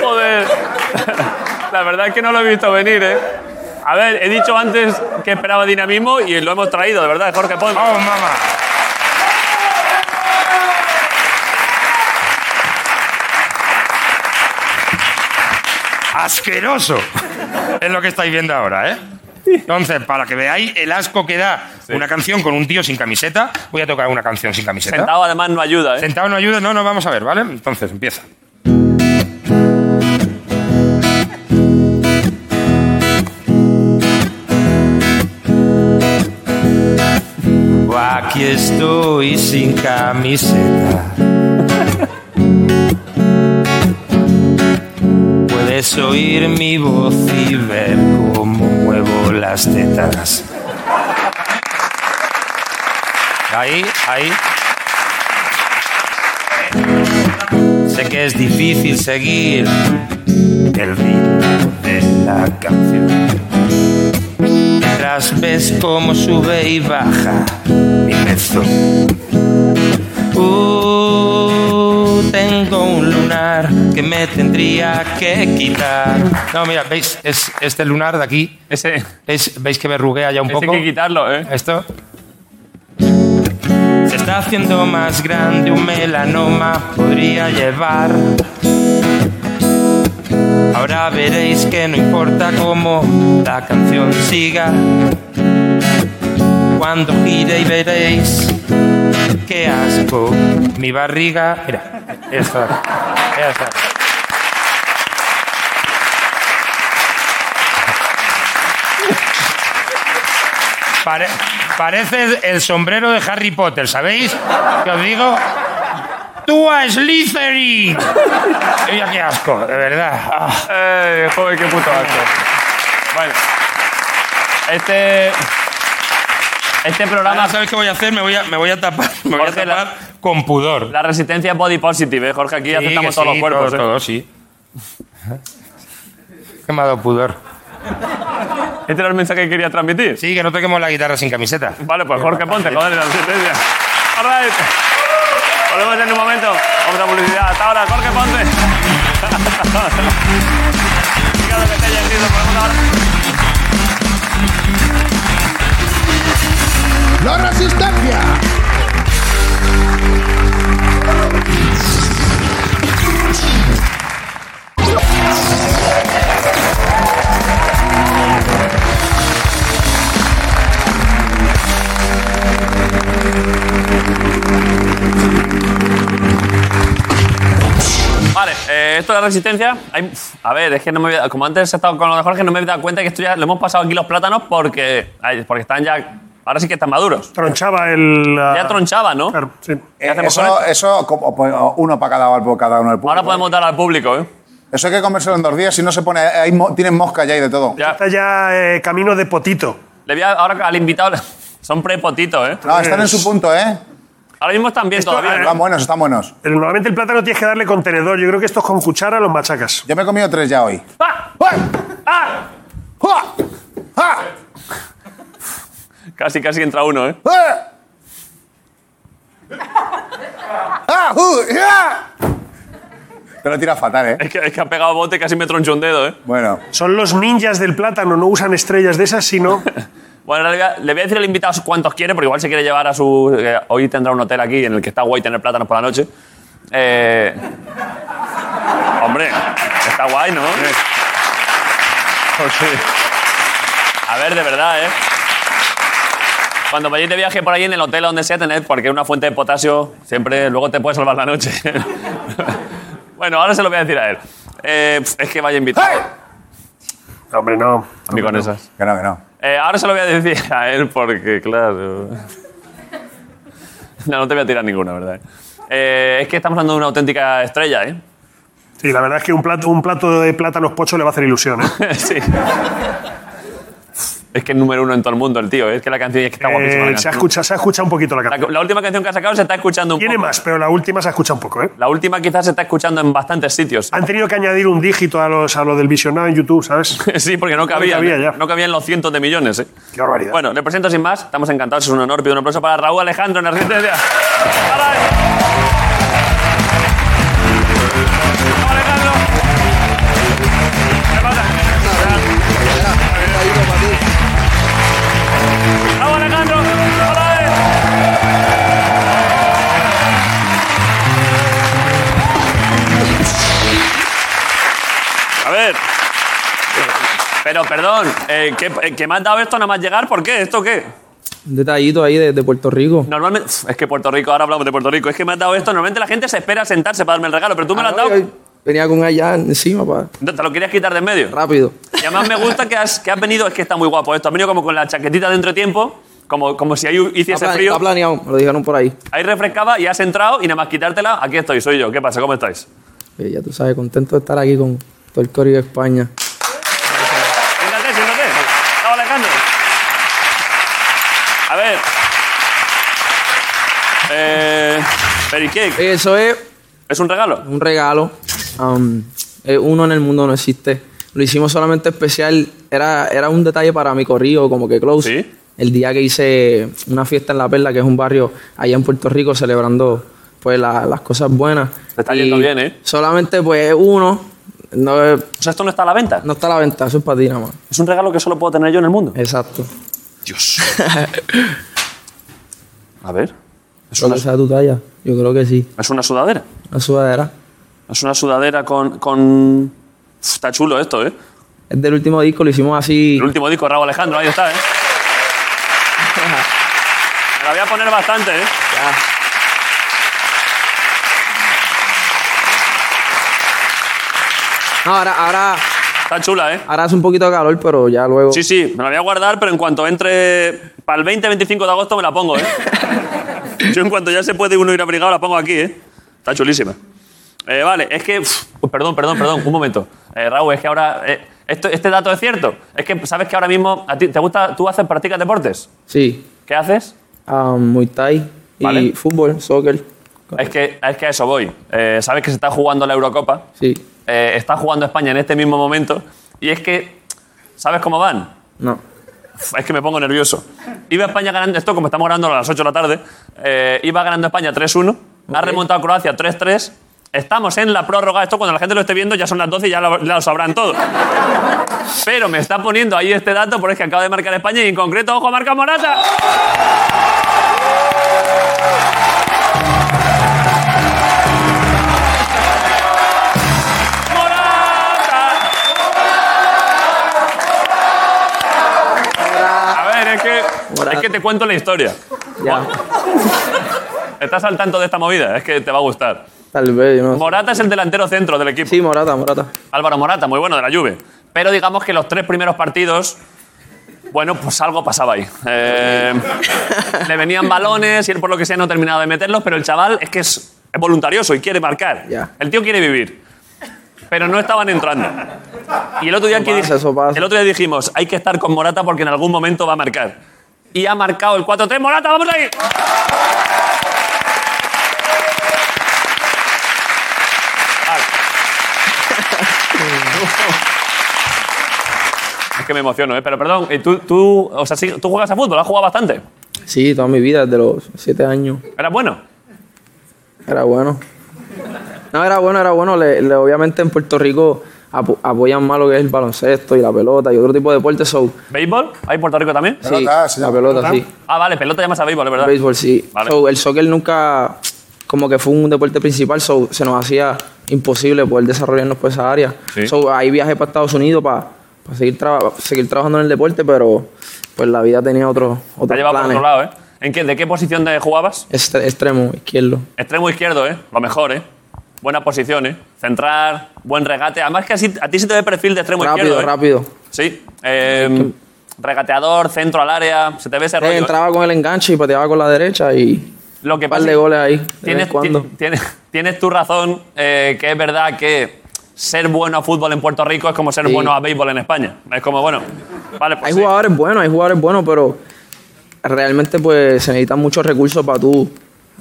A: Joder. La verdad es que no lo he visto venir, ¿eh? A ver, he dicho antes que esperaba dinamismo y lo hemos traído, de verdad, Jorge Pons.
F: ¡Vamos, mamá! ¡Asqueroso! Es lo que estáis viendo ahora, ¿eh? Entonces, para que veáis el asco que da una canción con un tío sin camiseta, voy a tocar una canción sin camiseta.
A: Sentado además no ayuda, ¿eh?
F: Sentado no ayuda, no, no, vamos a ver, ¿vale? Entonces, empieza. Aquí estoy sin camiseta. Puedes oír mi voz y ver cómo muevo las tetas. Ahí, ahí. Sé que es difícil seguir el ritmo de la canción. Mientras ves cómo sube y baja mi pezón. Uh, tengo un lunar que me tendría que quitar. No, mira, veis, es este lunar de aquí.
A: Ese,
F: ¿Veis, veis que verruguea ya un
A: ese hay
F: poco?
A: que quitarlo, ¿eh?
F: Esto. Se está haciendo más grande un melanoma, podría llevar. Ahora veréis que no importa cómo la canción siga. Cuando gire y veréis, qué asco, mi barriga. Mira, esta. esta. Pare- parece el sombrero de Harry Potter, ¿sabéis? Que os digo. ¡Tú a Slytherin! Oye, qué asco, de verdad. Ah.
A: Eh, joder, qué puto asco. Bueno. Este. Este programa.
F: Ahora, ¿sabes Ah, qué voy a hacer? Me voy a, me voy a tapar, me voy a
A: Jorge, la-
F: tapar con pudor.
A: La resistencia body positive, ¿eh, Jorge? Aquí
F: Sí,
A: aceptamos
F: que
A: todos
F: sí,
A: los cuerpos.
F: todo,
A: ¿eh?
F: todo, sí. Que me ha dado pudor.
A: ¿Este era el mensaje que quería transmitir?
F: Sí, que no toquemos la guitarra sin camiseta.
A: Vale, pues Jorge Ponte, joder, la resistencia. All right. Volvemos en un momento. Otra publicidad. Hasta ahora, Jorge Ponte. Fíjate que te haya sido, volvemos ahora.
D: ¡La resistencia!
A: Vale, eh, esto de la resistencia. hay- uf, a ver, es que no me había- como antes he estado con lo de Jorge, no me he dado cuenta que esto ya lo hemos pasado aquí los plátanos porque, ay, porque están ya. Ahora sí que están maduros.
E: Tronchaba el. ah,
A: Ya tronchaba, ¿no?
E: Claro, sí.
A: ¿Qué hacemos con
D: Eso, eso como- po- uno para cada, para cada uno del público.
A: Ahora podemos dar al público, ¿eh?
D: Eso hay que comérselo en dos días, si no se pone. Hay, mo- tienen mosca ya y de todo.
A: Ya.
E: Está ya eh, camino de potito.
A: Le voy a- ahora al invitado. le- Son prepotitos, ¿eh?
D: No, están en su punto, ¿eh?
A: Ahora mismo están bien
E: Ah. Esto-
A: todavía. ¿eh? ¿no?
D: Están buenos, están buenos.
E: Pero normalmente el plátano tienes que darle contenedor. Yo creo que estos con cuchara los machacas.
D: Yo me he comido tres ya hoy.
A: ¡Ah! ¡Ah!
D: ¡Ja! ¡Ja!
A: Casi, casi entra uno, ¿eh?
D: ¡Ah! ¡Ah! ¡Uh! ¡Ya! Pero tira fatal, ¿eh?
A: Es que, es que ha pegado bote y casi me tronchó un dedo, ¿eh?
D: Bueno,
E: Son los ninjas del plátano, no usan estrellas de esas, sino.
A: Bueno, ahora le voy a, le voy a decir al invitado cuántos quiere, porque igual se quiere llevar a su. eh, hoy tendrá un hotel aquí en el que está guay tener plátanos por la noche. Eh, hombre, está guay, ¿no? A ver, de verdad, ¿eh? Cuando vayáis de viaje por ahí en el hotel o donde sea, tened, porque una fuente de potasio siempre luego te puede salvar la noche. bueno, ahora se lo voy a decir a él. Eh, pf, es que vaya invitado.
E: No, hombre, no.
A: A mí con esas.
D: que no, que no.
A: Eh, ahora se lo voy a decir a él porque, claro. No, no te voy a tirar ninguna, ¿verdad? Eh, es que estamos hablando de una auténtica estrella, ¿eh?
E: Sí, la verdad es que un plato, un plato de plátanos pocho le va a hacer ilusión. ¿eh?
A: sí. Es que es número uno en todo el mundo, el tío. Es que la canción es que está guapísima. la
E: Eh, se, ha
A: canción.
E: escuchado, se ha escuchado un poquito la
A: La,
E: canción.
A: la última canción que ha sacado se está escuchando un
E: Tiene
A: poco.
E: más, pero la última se ha escuchado un poco, ¿eh?
A: La última quizás se está escuchando en bastantes sitios.
E: Han tenido que añadir un dígito a los, a los del visionado en YouTube, ¿sabes?
A: Sí, porque no cabía.
E: cabía ya.
A: no cabían los cientos de millones, ¿eh?
E: Qué barbaridad.
A: Bueno, le presento sin más. Estamos encantados. Es un honor. Pido un aplauso para Raúl Alejandro en Resistencia. ¡Para él! Raúl Alejandro. ¿Qué pasa? Raúl Alejandro. para él. A ver. Pero perdón, eh, ¿qué, eh, que me has dado esto nada más llegar? ¿Por qué? ¿Esto qué?
G: Un detallito ahí de, de Puerto Rico.
A: Normalmente, Uf, es que Puerto Rico, ahora hablamos de Puerto Rico, es que me has dado esto, normalmente la gente se espera a sentarse para darme el regalo, pero tú me lo has
G: Ah, no,
A: dado,
G: yo Venía con allá encima, pa.
A: No, te lo querías quitar de en medio.
G: Rápido.
A: Y además me gusta que has, que has venido, es que está muy guapo esto, has venido como con la chaquetita de entretiempo, como, como si ahí hu- hiciese
G: Está plan-
A: frío,
G: está planeado, me lo dijeron por ahí.
A: ahí refrescaba y has entrado y nada más quitártela, aquí estoy, soy yo, ¿qué pasa? ¿Cómo estáis?
G: Eh, ya tú sabes, contento de estar aquí con todo el corillo de España.
A: Siéntate, siéntate. Estaba Alejandro. A ver. Eh, pero ¿y qué?
G: Eh, Eso es
A: ¿Es un regalo?
G: un regalo. am, eh, uno en el mundo no existe. Lo hicimos solamente especial. Era, era un detalle para mi corrillo, como que close.
A: Sí.
G: El día que hice una fiesta en La Perla, que es un barrio allá en Puerto Rico, celebrando pues la- las cosas buenas.
A: Te está yendo
G: Y
A: bien, ¿eh?
G: Solamente pues uno no,
A: O sea, esto no está a la venta.
G: no Eh, está a la venta, eso es para ti nada más.
A: Es un regalo que solo puedo tener yo en el mundo.
G: Exacto.
A: A ver. Es
G: Lo
A: una,
G: que sea tu talla, yo creo que sí.
A: es una sudadera.
G: La sudadera.
A: Es una sudadera con. con... Uf, Está chulo esto, ¿eh?
G: Es del último disco, lo hicimos así.
A: El último disco, Raúl Alejandro, ahí está, ¿eh? Me la voy a poner bastante, ¿eh?
G: No, ahora, ahora,
A: Está chula, ¿eh?
G: ahora hace un poquito de calor, pero ya luego.
A: Sí, sí, me la voy a guardar, pero en cuanto entre para el 20-25 de agosto me la pongo, ¿eh? Yo en cuanto ya se puede uno ir abrigado la pongo aquí, ¿eh? Está chulísima. Eh, vale, es que... uf, uy, perdón, perdón, perdón, un momento. Eh, Raúl, es que ahora... eh, esto- ¿Este dato es cierto? Es que sabes que ahora mismo... A ti, ¿Te gusta? ¿Tú haces, practicas deportes?
G: Sí.
A: ¿Qué haces?
G: Ah, Muay Thai y
A: Vale.
G: fútbol, soccer.
A: Es que, es que a eso voy. Eh, sabes que se está jugando la Eurocopa.
G: Sí.
A: Eh, está jugando España en este mismo momento. Y es que... ¿Sabes cómo van?
G: No.
A: Es que me pongo nervioso. Iba España ganando, esto como estamos ganando a las 8 de la tarde, eh, iba ganando España 3-1, ha remontado Croacia 3-3, estamos en la prórroga, esto cuando la gente lo esté viendo ya son las 12 y ya lo, ya lo sabrán todo. Pero me está poniendo ahí este dato porque es que acaba de marcar España y en concreto, ojo, marca Morata. ¡Morata! A ver, es que,
G: Morata.
A: es que te cuento la historia.
G: Ya.
A: Estás al tanto de esta movida, es que te va a gustar.
G: Tal vez, yo no. sé.
A: Morata es el delantero centro del equipo.
G: Sí, Morata, Morata.
A: Álvaro Morata, muy bueno de la Juve. Pero digamos que los tres primeros partidos, bueno, pues algo pasaba ahí. Eh, le venían balones y él por lo que sea no terminaba de meterlos, pero el chaval es que es, es voluntarioso y quiere marcar.
G: Ya.
A: El tío quiere vivir. Pero no estaban entrando. Y el otro día,
G: Eso
A: que
G: pasa,
A: dij-
G: eso pasa.
A: el otro día dijimos, hay que estar con Morata porque en algún momento va a marcar. Y ha marcado el 4-3. Morata, vamos ahí. Es que me emociono, ¿eh? Pero perdón, eh, ¿tú, tú, o sea, sí, tú juegas a fútbol, has jugado bastante.
G: Sí, toda mi vida, desde los siete años.
A: ¿Eras bueno?
G: Era bueno. No, era bueno, era bueno. Le- le- obviamente en Puerto Rico apo- apoyan más lo que es el baloncesto y la pelota y otro tipo de deportes. So,
A: ¿Béisbol? ¿Hay en Puerto Rico también?
G: sí,
D: Pelota, sí,
G: la
D: la
G: pelota, sí.
A: Ah, vale, pelota llamas a béisbol, es verdad.
G: Béisbol, sí.
A: Vale.
G: So, el soccer nunca, como que fue un deporte principal, so, se nos hacía imposible poder desarrollarnos por esa área.
A: Sí.
G: So, ahí viajé para Estados Unidos para seguir, traba- seguir trabajando en el deporte, pero pues la vida tenía otros
A: Te ha
G: otros
A: llevado por
G: planes.
A: otro lado, ¿eh? ¿En qué, ¿De qué posición de jugabas?
G: Estre- extremo izquierdo.
A: Extremo izquierdo, ¿eh? Lo mejor, ¿eh? Buena posición, ¿eh? Centrar, buen regate. Además que así, a ti se te ve perfil de extremo
G: rápido,
A: izquierdo. ¿eh?
G: rápido.
A: Sí. Eh, regateador, centro al área, se te ve ese rollo.
G: Eh,
A: ¿eh?
G: entraba con el enganche y pateaba con la derecha y
A: Lo que pues pasa
G: un par de
A: es-
G: goles ahí. de vez
A: Tienes,
G: en cuando.
A: ti- tienes, tienes tu razón, eh, que es verdad que ser bueno a fútbol en Puerto Rico es como ser
G: Sí.
A: bueno a béisbol en España. Es como, bueno, vale, pues
G: Hay
A: sí.
G: jugadores buenos, hay jugadores buenos, pero realmente pues se necesitan muchos recursos para tú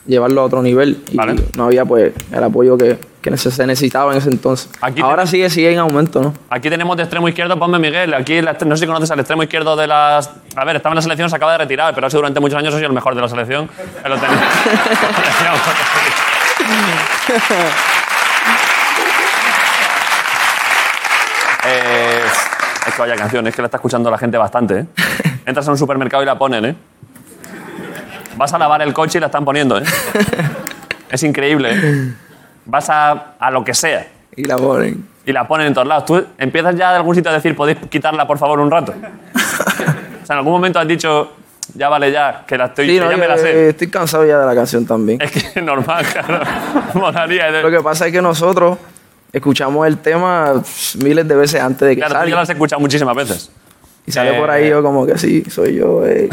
G: llevarlo a otro nivel. Y
A: Vale.
G: no había pues el apoyo que, que neces- se necesitaba en ese entonces.
A: Aquí te-
G: Ahora sigue, sigue en aumento, ¿no?
A: Aquí tenemos de extremo izquierdo, ponme Miguel. Aquí la- no sé si conoces al extremo izquierdo de las. A ver, estaba en la selección, se acaba de retirar, pero ha sido durante muchos años ha sido el mejor de la selección. Eh, Lo tenemos. Eh, es que vaya canción, es que la está escuchando la gente bastante. ¿eh? Entras a un supermercado y la ponen, ¿eh? Vas a lavar el coche y la están poniendo, ¿eh? Es increíble, ¿eh? Vas a, a lo que sea
G: Y la ponen.
A: y la ponen en todos lados. Tú empiezas ya de algún sitio a decir, podéis quitarla por favor un rato. o sea, en algún momento has dicho, ya vale, ya, que la estoy,
G: Sí,
A: que
G: no,
A: ya
G: yo-
A: me la
G: eh,
A: sé.
G: estoy cansado ya de la canción también.
A: Es que es normal, claro. Molaría. eh.
G: Lo que pasa es que nosotros escuchamos el tema pff, miles de veces antes de que
A: Claro, tú ya
G: salga.
A: la has escuchado muchísimas veces.
G: Y sale
A: Eh,
G: por ahí yo como que sí, soy yo. eh.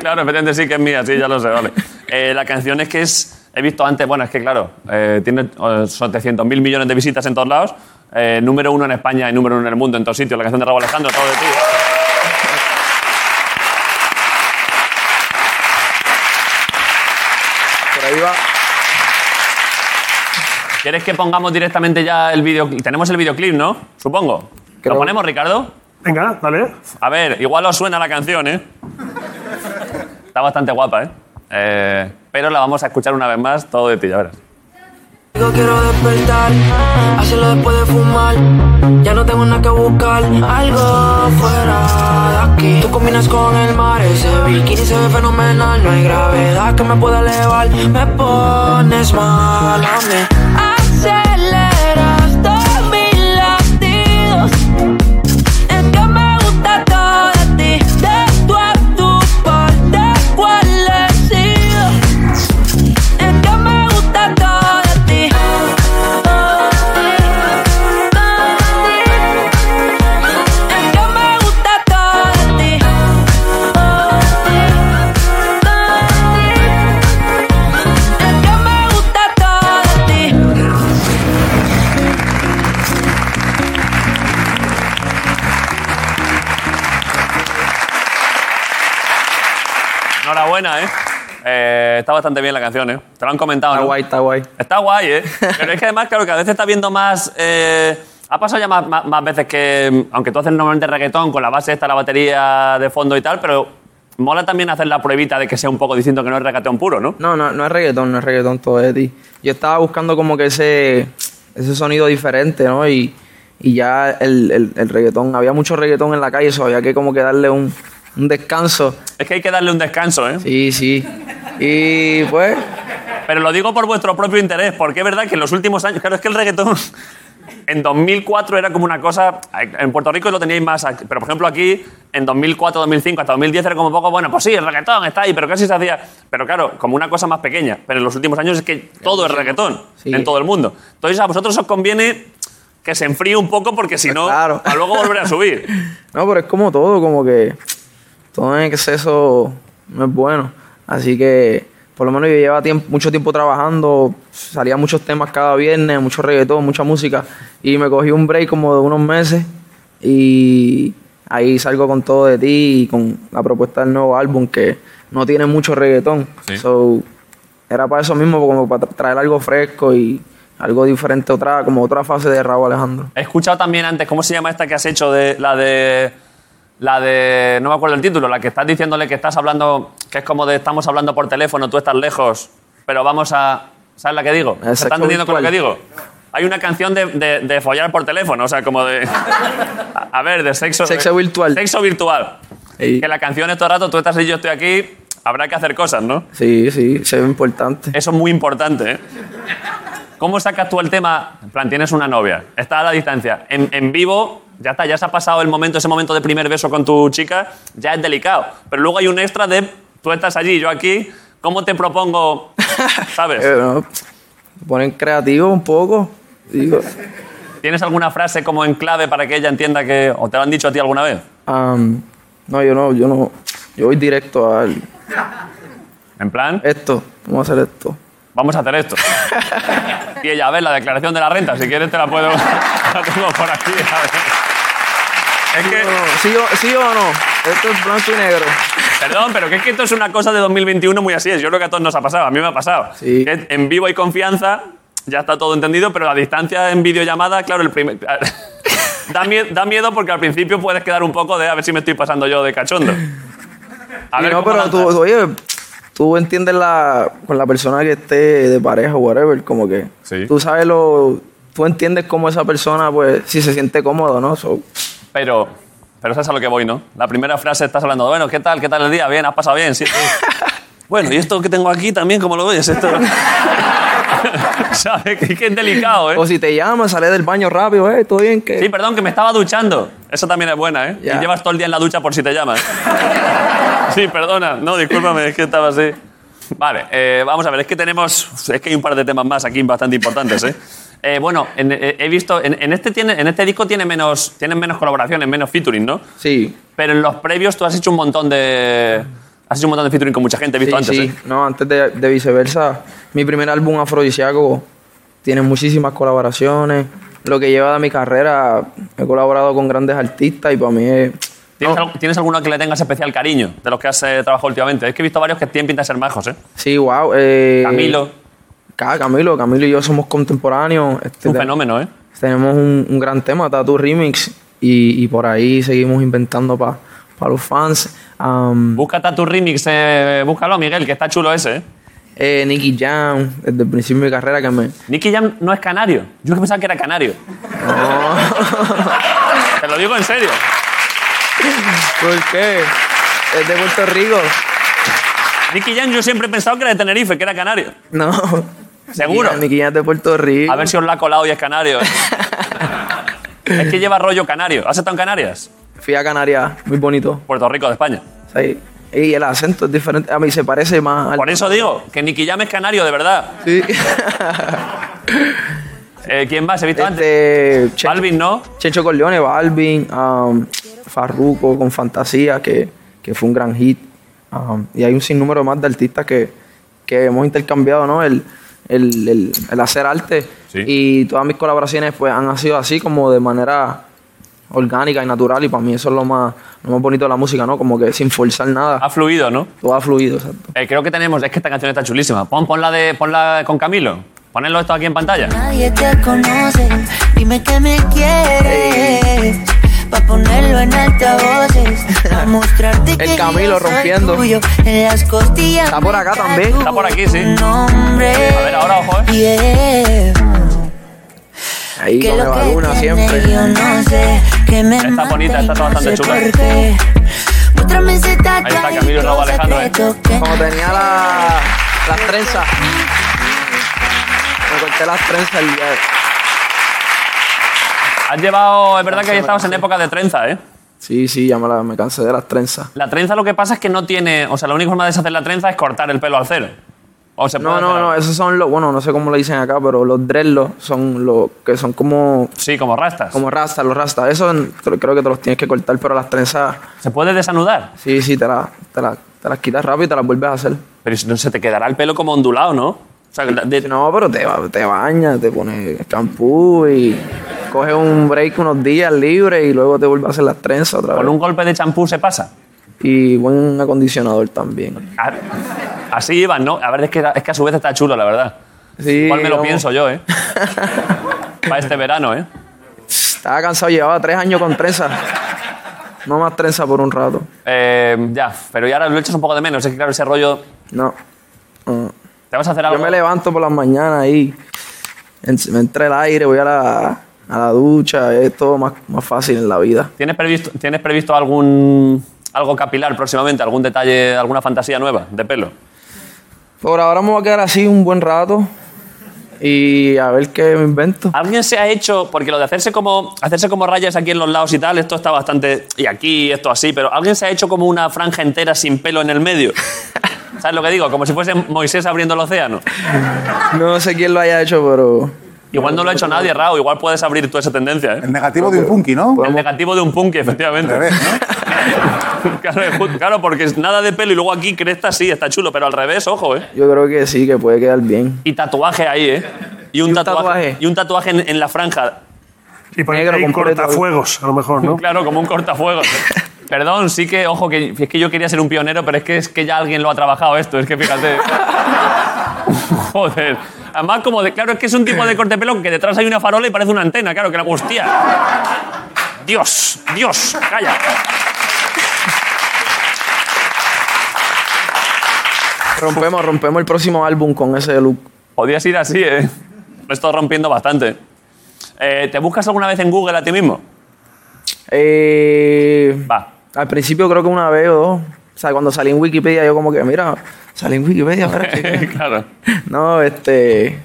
A: claro, efectivamente sí que es mía, sí, ya lo sé, vale. Eh, la canción es que es. He visto antes, bueno, es que claro, eh, tiene eh, 700.000 millones de visitas en todos lados. eh, número uno en España y número uno en el mundo, en todos sitios. La canción de Raúl Alejandro, todo de ti. ¿eh?
G: Por ahí va.
A: ¿Quieres que pongamos directamente ya el videoclip? Tenemos el videoclip, ¿no? Supongo. ¿Lo
G: Creo-
A: ponemos, Ricardo?
E: Venga, dale.
A: A ver, igual os suena la canción, ¿eh? Está bastante guapa, ¿eh? Eh, pero la vamos a escuchar una vez más, todo de ti, ya verás.
H: Yo quiero despertar, hacerlo después de fumar. Ya no tengo nada que buscar, algo fuera de aquí. Tú combinas con el mar, ese bikini se ve fenomenal. No hay gravedad que me pueda elevar, me pones mal a mí.
I: Aceleras todos mis latidos. Es que me gusta todo de ti. De tu a tu parte, cuál he sido. Es que me gusta todo de ti. Es que me gusta todo de ti. Es que me gusta todo de ti.
A: Enhorabuena, ¿eh? Eh, Está bastante bien la canción, ¿eh? Te lo han comentado,
G: Está
A: ¿no?
G: guay, está guay.
A: Está guay, ¿eh? Pero es que además, claro, cada vez está viendo más... eh, ha pasado ya más, más- más veces que... Aunque tú haces normalmente reggaetón con la base esta, la batería de fondo y tal, pero mola también hacer la pruebita de que sea un poco distinto, que no es reggaetón puro, ¿no?
G: No, no, no es reggaetón, no es reggaetón todo de ti. Yo estaba buscando como que ese, ese sonido diferente, ¿no? Y, y ya el, el, el reggaetón, había mucho reggaetón en la calle, eso había que como que darle un, un descanso.
A: Es que hay que darle un descanso, ¿eh?
G: Sí, sí. Y pues,
A: Pero lo digo por vuestro propio interés, porque es verdad que en los últimos años, claro, es que el reggaetón en 2004 era como una cosa, en Puerto Rico lo teníais más, ac- pero por ejemplo aquí, en 2004, 2005, hasta 2010 era como un poco, bueno, pues sí, el reggaetón está ahí, pero casi se hacía, pero claro, como una cosa más pequeña, pero en los últimos años es que todo es reggaetón,
G: Sí.
A: en todo el mundo. Entonces a vosotros os conviene que se enfríe un poco, porque si no,
G: Pues claro.
A: a luego volver a subir.
G: no, pero es como todo, como que todo en exceso no es bueno. Así que, por lo menos yo llevaba tiemp- mucho tiempo trabajando, salía muchos temas cada viernes, mucho reggaetón, mucha música, y me cogí un break como de unos meses y ahí salgo con todo de ti y con la propuesta del nuevo álbum que no tiene mucho reggaetón. So, era para eso mismo, como para tra- traer algo fresco y algo diferente, otra como otra fase de Raúl Alejandro.
A: He escuchado también antes, ¿cómo se llama esta que has hecho? De, la de. La de. No me acuerdo el título, la que estás diciéndole que estás hablando. Que es como de estamos hablando por teléfono, tú estás lejos, pero vamos a. ¿Sabes la que digo? ¿Se
G: sexo
A: están entendiendo con lo que digo?
G: virtual.
A: Hay una canción de, de- de follar por teléfono, o sea, como de. A, a ver, de sexo.
G: Sexo virtual.
A: Sexo virtual.
G: Sí.
A: Que la canción es todo el rato, tú estás ahí, yo estoy aquí, habrá que hacer cosas, ¿no?
G: Sí, sí, se ve importante.
A: Eso es muy importante, ¿eh? ¿Cómo sacas tú el tema? En plan, tienes una novia, está a la distancia. En, en vivo, ya está, ya se ha pasado el momento, ese momento de primer beso con tu chica, ya es delicado. Pero luego hay un extra de tú estás allí, yo aquí, ¿cómo te propongo? ¿Sabes?
G: Eh, no, me ponen creativo un poco. Digo,
A: ¿Tienes alguna frase como en clave para que ella entienda que. o te lo han dicho a ti alguna vez?
G: am, no, yo no, yo no. Yo voy directo al.
A: En plan,
G: Esto, vamos a hacer esto.
A: vamos a hacer esto. Y ella, a ver, la declaración de la renta, si quieres te la puedo. La tengo por aquí, a ver. Es que.
G: ¿Sí o, sí o no? Esto es blanco y negro.
A: Perdón, pero que es que esto es una cosa de 2021 muy así es. Yo creo que a todos nos ha pasado, a mí me ha pasado.
G: Sí.
A: Que En vivo hay confianza, ya está todo entendido, pero la distancia en videollamada, claro, el primer... da, mie- da miedo porque al principio puedes quedar un poco de a ver si me estoy pasando yo de cachondo. A
G: Y
A: ver,
G: no,
A: cómo
G: pero tú,
A: lanzas.
G: oye, tú entiendes la, con la persona que esté de pareja o whatever, como que.
A: Sí.
G: Tú sabes lo. Tú entiendes cómo esa persona, pues, si se siente cómodo, ¿no? So,
A: Pero, pero sabes a lo que voy, ¿no? La primera frase estás hablando, bueno, ¿qué tal? ¿Qué tal el día? Bien, has pasado bien, sí. sí. bueno, y esto que tengo aquí también, ¿cómo lo ves? Esto... ¿Sabes? Que, que es delicado, ¿eh?
G: O si te llama, sale del baño rápido, ¿eh? ¿Todo bien? que
A: Sí, perdón, que me estaba duchando. Eso también es buena, ¿eh?
G: Ya.
A: Y llevas todo el día en la ducha por si te llaman. sí, perdona. No, discúlpame, es que estaba así. Vale, eh, vamos a ver, es que tenemos. Es que hay un par de temas más aquí bastante importantes, ¿eh? Eh, bueno, en- eh, he visto. En, en este tiene, en este disco tiene menos, tienen menos colaboraciones, menos featuring, ¿no?
G: Sí.
A: Pero en los previos tú has hecho un montón de. Has hecho un montón de featuring con mucha gente, he visto antes,
G: sí.
A: ¿eh?
G: No, antes de, de viceversa, mi primer álbum afrodisíaco tiene muchísimas colaboraciones. Lo que lleva de mi carrera, he colaborado con grandes artistas y para mí es.
A: ¿Tienes, al- ¿Tienes alguno que le tengas especial cariño de los que has eh, trabajado últimamente? Es que he visto varios que tienen pinta de ser majos, ¿eh?
G: Sí, wow. eh,
A: Camilo,
G: Ca- Camilo, Camilo y yo somos contemporáneos. Este,
A: un
G: te-
A: fenómeno, ¿eh?
G: Tenemos un, un gran tema, Tattoo Remix, y, y por ahí seguimos inventando para para los fans. Um,
A: Búscate a tu remix, eh, búscalo, Miguel, que está chulo ese, ¿eh?
G: eh, Nicky Jam, desde el principio de mi carrera que me...
A: Nicky Jam no es canario. Yo que pensaba que era canario. Te lo digo en serio.
G: ¿Por qué? Es de Puerto Rico.
A: Nicky Jam yo siempre he pensado que era de Tenerife, que era canario.
G: No.
A: ¿Seguro?
G: Nicky Jam- Nicky Jam es de Puerto Rico.
A: A ver si os la ha colado y es canario. es que lleva rollo canario. ¿Has estado en Canarias?
G: Fui a Canarias, muy bonito.
A: Puerto Rico, de España.
G: Sí. Y el acento es diferente. A mí se parece más al...
A: Por eso digo que Nicky Jam es canario, de verdad.
G: Sí.
A: Eh, ¿Quién más? ¿He visto antes?
G: Este, Che-
A: Alvin, ¿no?
G: Chencho Corleone, Balvin, um, Farruko con Fantasía, que, que fue un gran hit. Um, y hay un sinnúmero más de artistas que, que hemos intercambiado, ¿no? El, el- el- el hacer arte.
A: Sí.
G: Y todas mis colaboraciones pues, han sido así, como de manera orgánica y natural. Y para mí eso es lo más, lo más bonito de la música, ¿no? Como que sin forzar nada,
A: Ha fluido, ¿no?
G: todo ha fluido, exacto.
A: Eh, creo que tenemos... Es que esta canción está chulísima. Pon, ponla, de, ponla con Camilo. Ponedlo esto aquí en pantalla.
I: Nadie te conoce, dime que me quieres. Pa' ponerlo en altavoces, pa' mostrarte
G: El
I: que yo
G: Camilo
I: soy
G: rompiendo.
I: tuyo. En las costillas.
G: Está por acá
I: me
G: también.
I: tatúo
A: Está por aquí, sí.
I: tu nombre.
A: A ver, ahora, ojo, eh.
I: Yeah.
G: Ahí
I: Que
G: con
I: lo que
G: Evaluna
I: tiene
G: siempre.
I: yo no sé, que me
A: Está
I: mata
A: bonita,
I: y
A: está
I: no
A: bastante
I: sé
A: chula.
I: por qué. Muéstrame ese
A: Ahí
I: tatuaje
A: está Camilo Raúl Alejandro, ¿eh?
I: secreto que
G: Cuando tenía la- las trenzas. Me corté las trenzas el día de-
A: Has llevado... Es verdad que ahí estabas en época de trenza, ¿eh?
G: Sí, sí, ya me, la- me cansé de las trenzas.
A: La trenza lo que pasa es que no tiene... O sea, la única forma de deshacer la trenza es cortar el pelo al cero. O se
G: No,
A: puede
G: no,
A: hacer-
G: no, esos son los, bueno, no sé cómo le dicen acá, pero los dreadlocks son los que son como,
A: Sí, como rastas.
G: como rastas, los rastas. Eso en- creo creo que te los tienes que cortar, pero las trenzas,
A: ¿Se puede desanudar?
G: sí, sí, te, la- te, la- te las quitas rápido y te las vuelves a hacer.
A: Pero si no se te quedará el pelo como ondulado, ¿no? O sea, de-
G: Si no, pero te, ba- te bañas, te pones champú y coges un break unos días libre y luego te vuelves a hacer las trenzas otra
A: con
G: vez.
A: un golpe de champú se pasa.
G: Y buen acondicionador también.
A: A- Así iban, ¿no? La verdad es que, es que a su vez está chulo, la verdad.
G: Sí,
A: Igual me lo
G: vamos.
A: pienso yo, ¿eh? Para este verano, ¿eh?
G: Estaba cansado, llevaba tres años con trenzas. No más trenza por un rato.
A: Eh, Ya, pero ya ahora lo echas un poco de menos. Es que claro, ese rollo...
G: No. no.
A: ¿Te vas a hacer
G: Yo
A: algo?
G: me levanto por las mañanas y en- me entra el aire, voy a la, a la ducha, es todo más, más fácil en la vida.
A: ¿Tienes previsto, ¿Tienes previsto algún... Algo capilar próximamente, algún detalle, alguna fantasía nueva de pelo.
G: Por ahora me voy a quedar así un buen rato y a ver qué me invento.
A: Alguien se ha hecho, porque lo de hacerse como, hacerse como rayas aquí en los lados y tal, esto está bastante. Y aquí, esto así, pero alguien se ha hecho como una franja entera sin pelo en el medio. ¿Sabes lo que digo? Como si fuese Moisés abriendo el océano.
G: No sé quién lo haya hecho, pero
A: Igual no lo ha hecho nadie, Rao. Igual puedes abrir tú esa tendencia, ¿eh?
D: El negativo de un punky, ¿no?
A: El negativo de un punky, efectivamente.
D: Al revés,
A: claro, es ju- claro, porque es nada de pelo y luego aquí cresta, sí, está chulo, pero al revés, ojo, ¿eh?
G: yo creo que sí, que puede quedar bien.
A: Y tatuaje ahí, ¿eh? Y un,
G: Y un
A: tatuaje,
G: tatuaje.
A: Y un tatuaje en, en la franja.
E: Y poner
G: Negro
E: ahí
G: completo.
E: cortafuegos, a lo mejor, ¿no?
A: Claro, como un cortafuegos. Perdón, sí que, ojo, que es que yo quería ser un pionero, pero es que es que ya alguien lo ha trabajado esto, es que fíjate. Joder. Además, como de, claro, es que es un tipo de corte de pelo que detrás hay una farola y parece una antena, claro, que la hostia. Dios, Dios, calla.
G: Rompemos, rompemos el próximo álbum con ese look.
A: Podías ir así, ¿eh? Lo estoy rompiendo bastante. Eh, ¿Te buscas alguna vez en Google a ti mismo?
G: Eh,
A: Va.
G: al principio creo que una vez o dos. O sea, cuando salí en Wikipedia, yo como que, mira, salí en Wikipedia, espera, que-
A: claro.
G: No, este.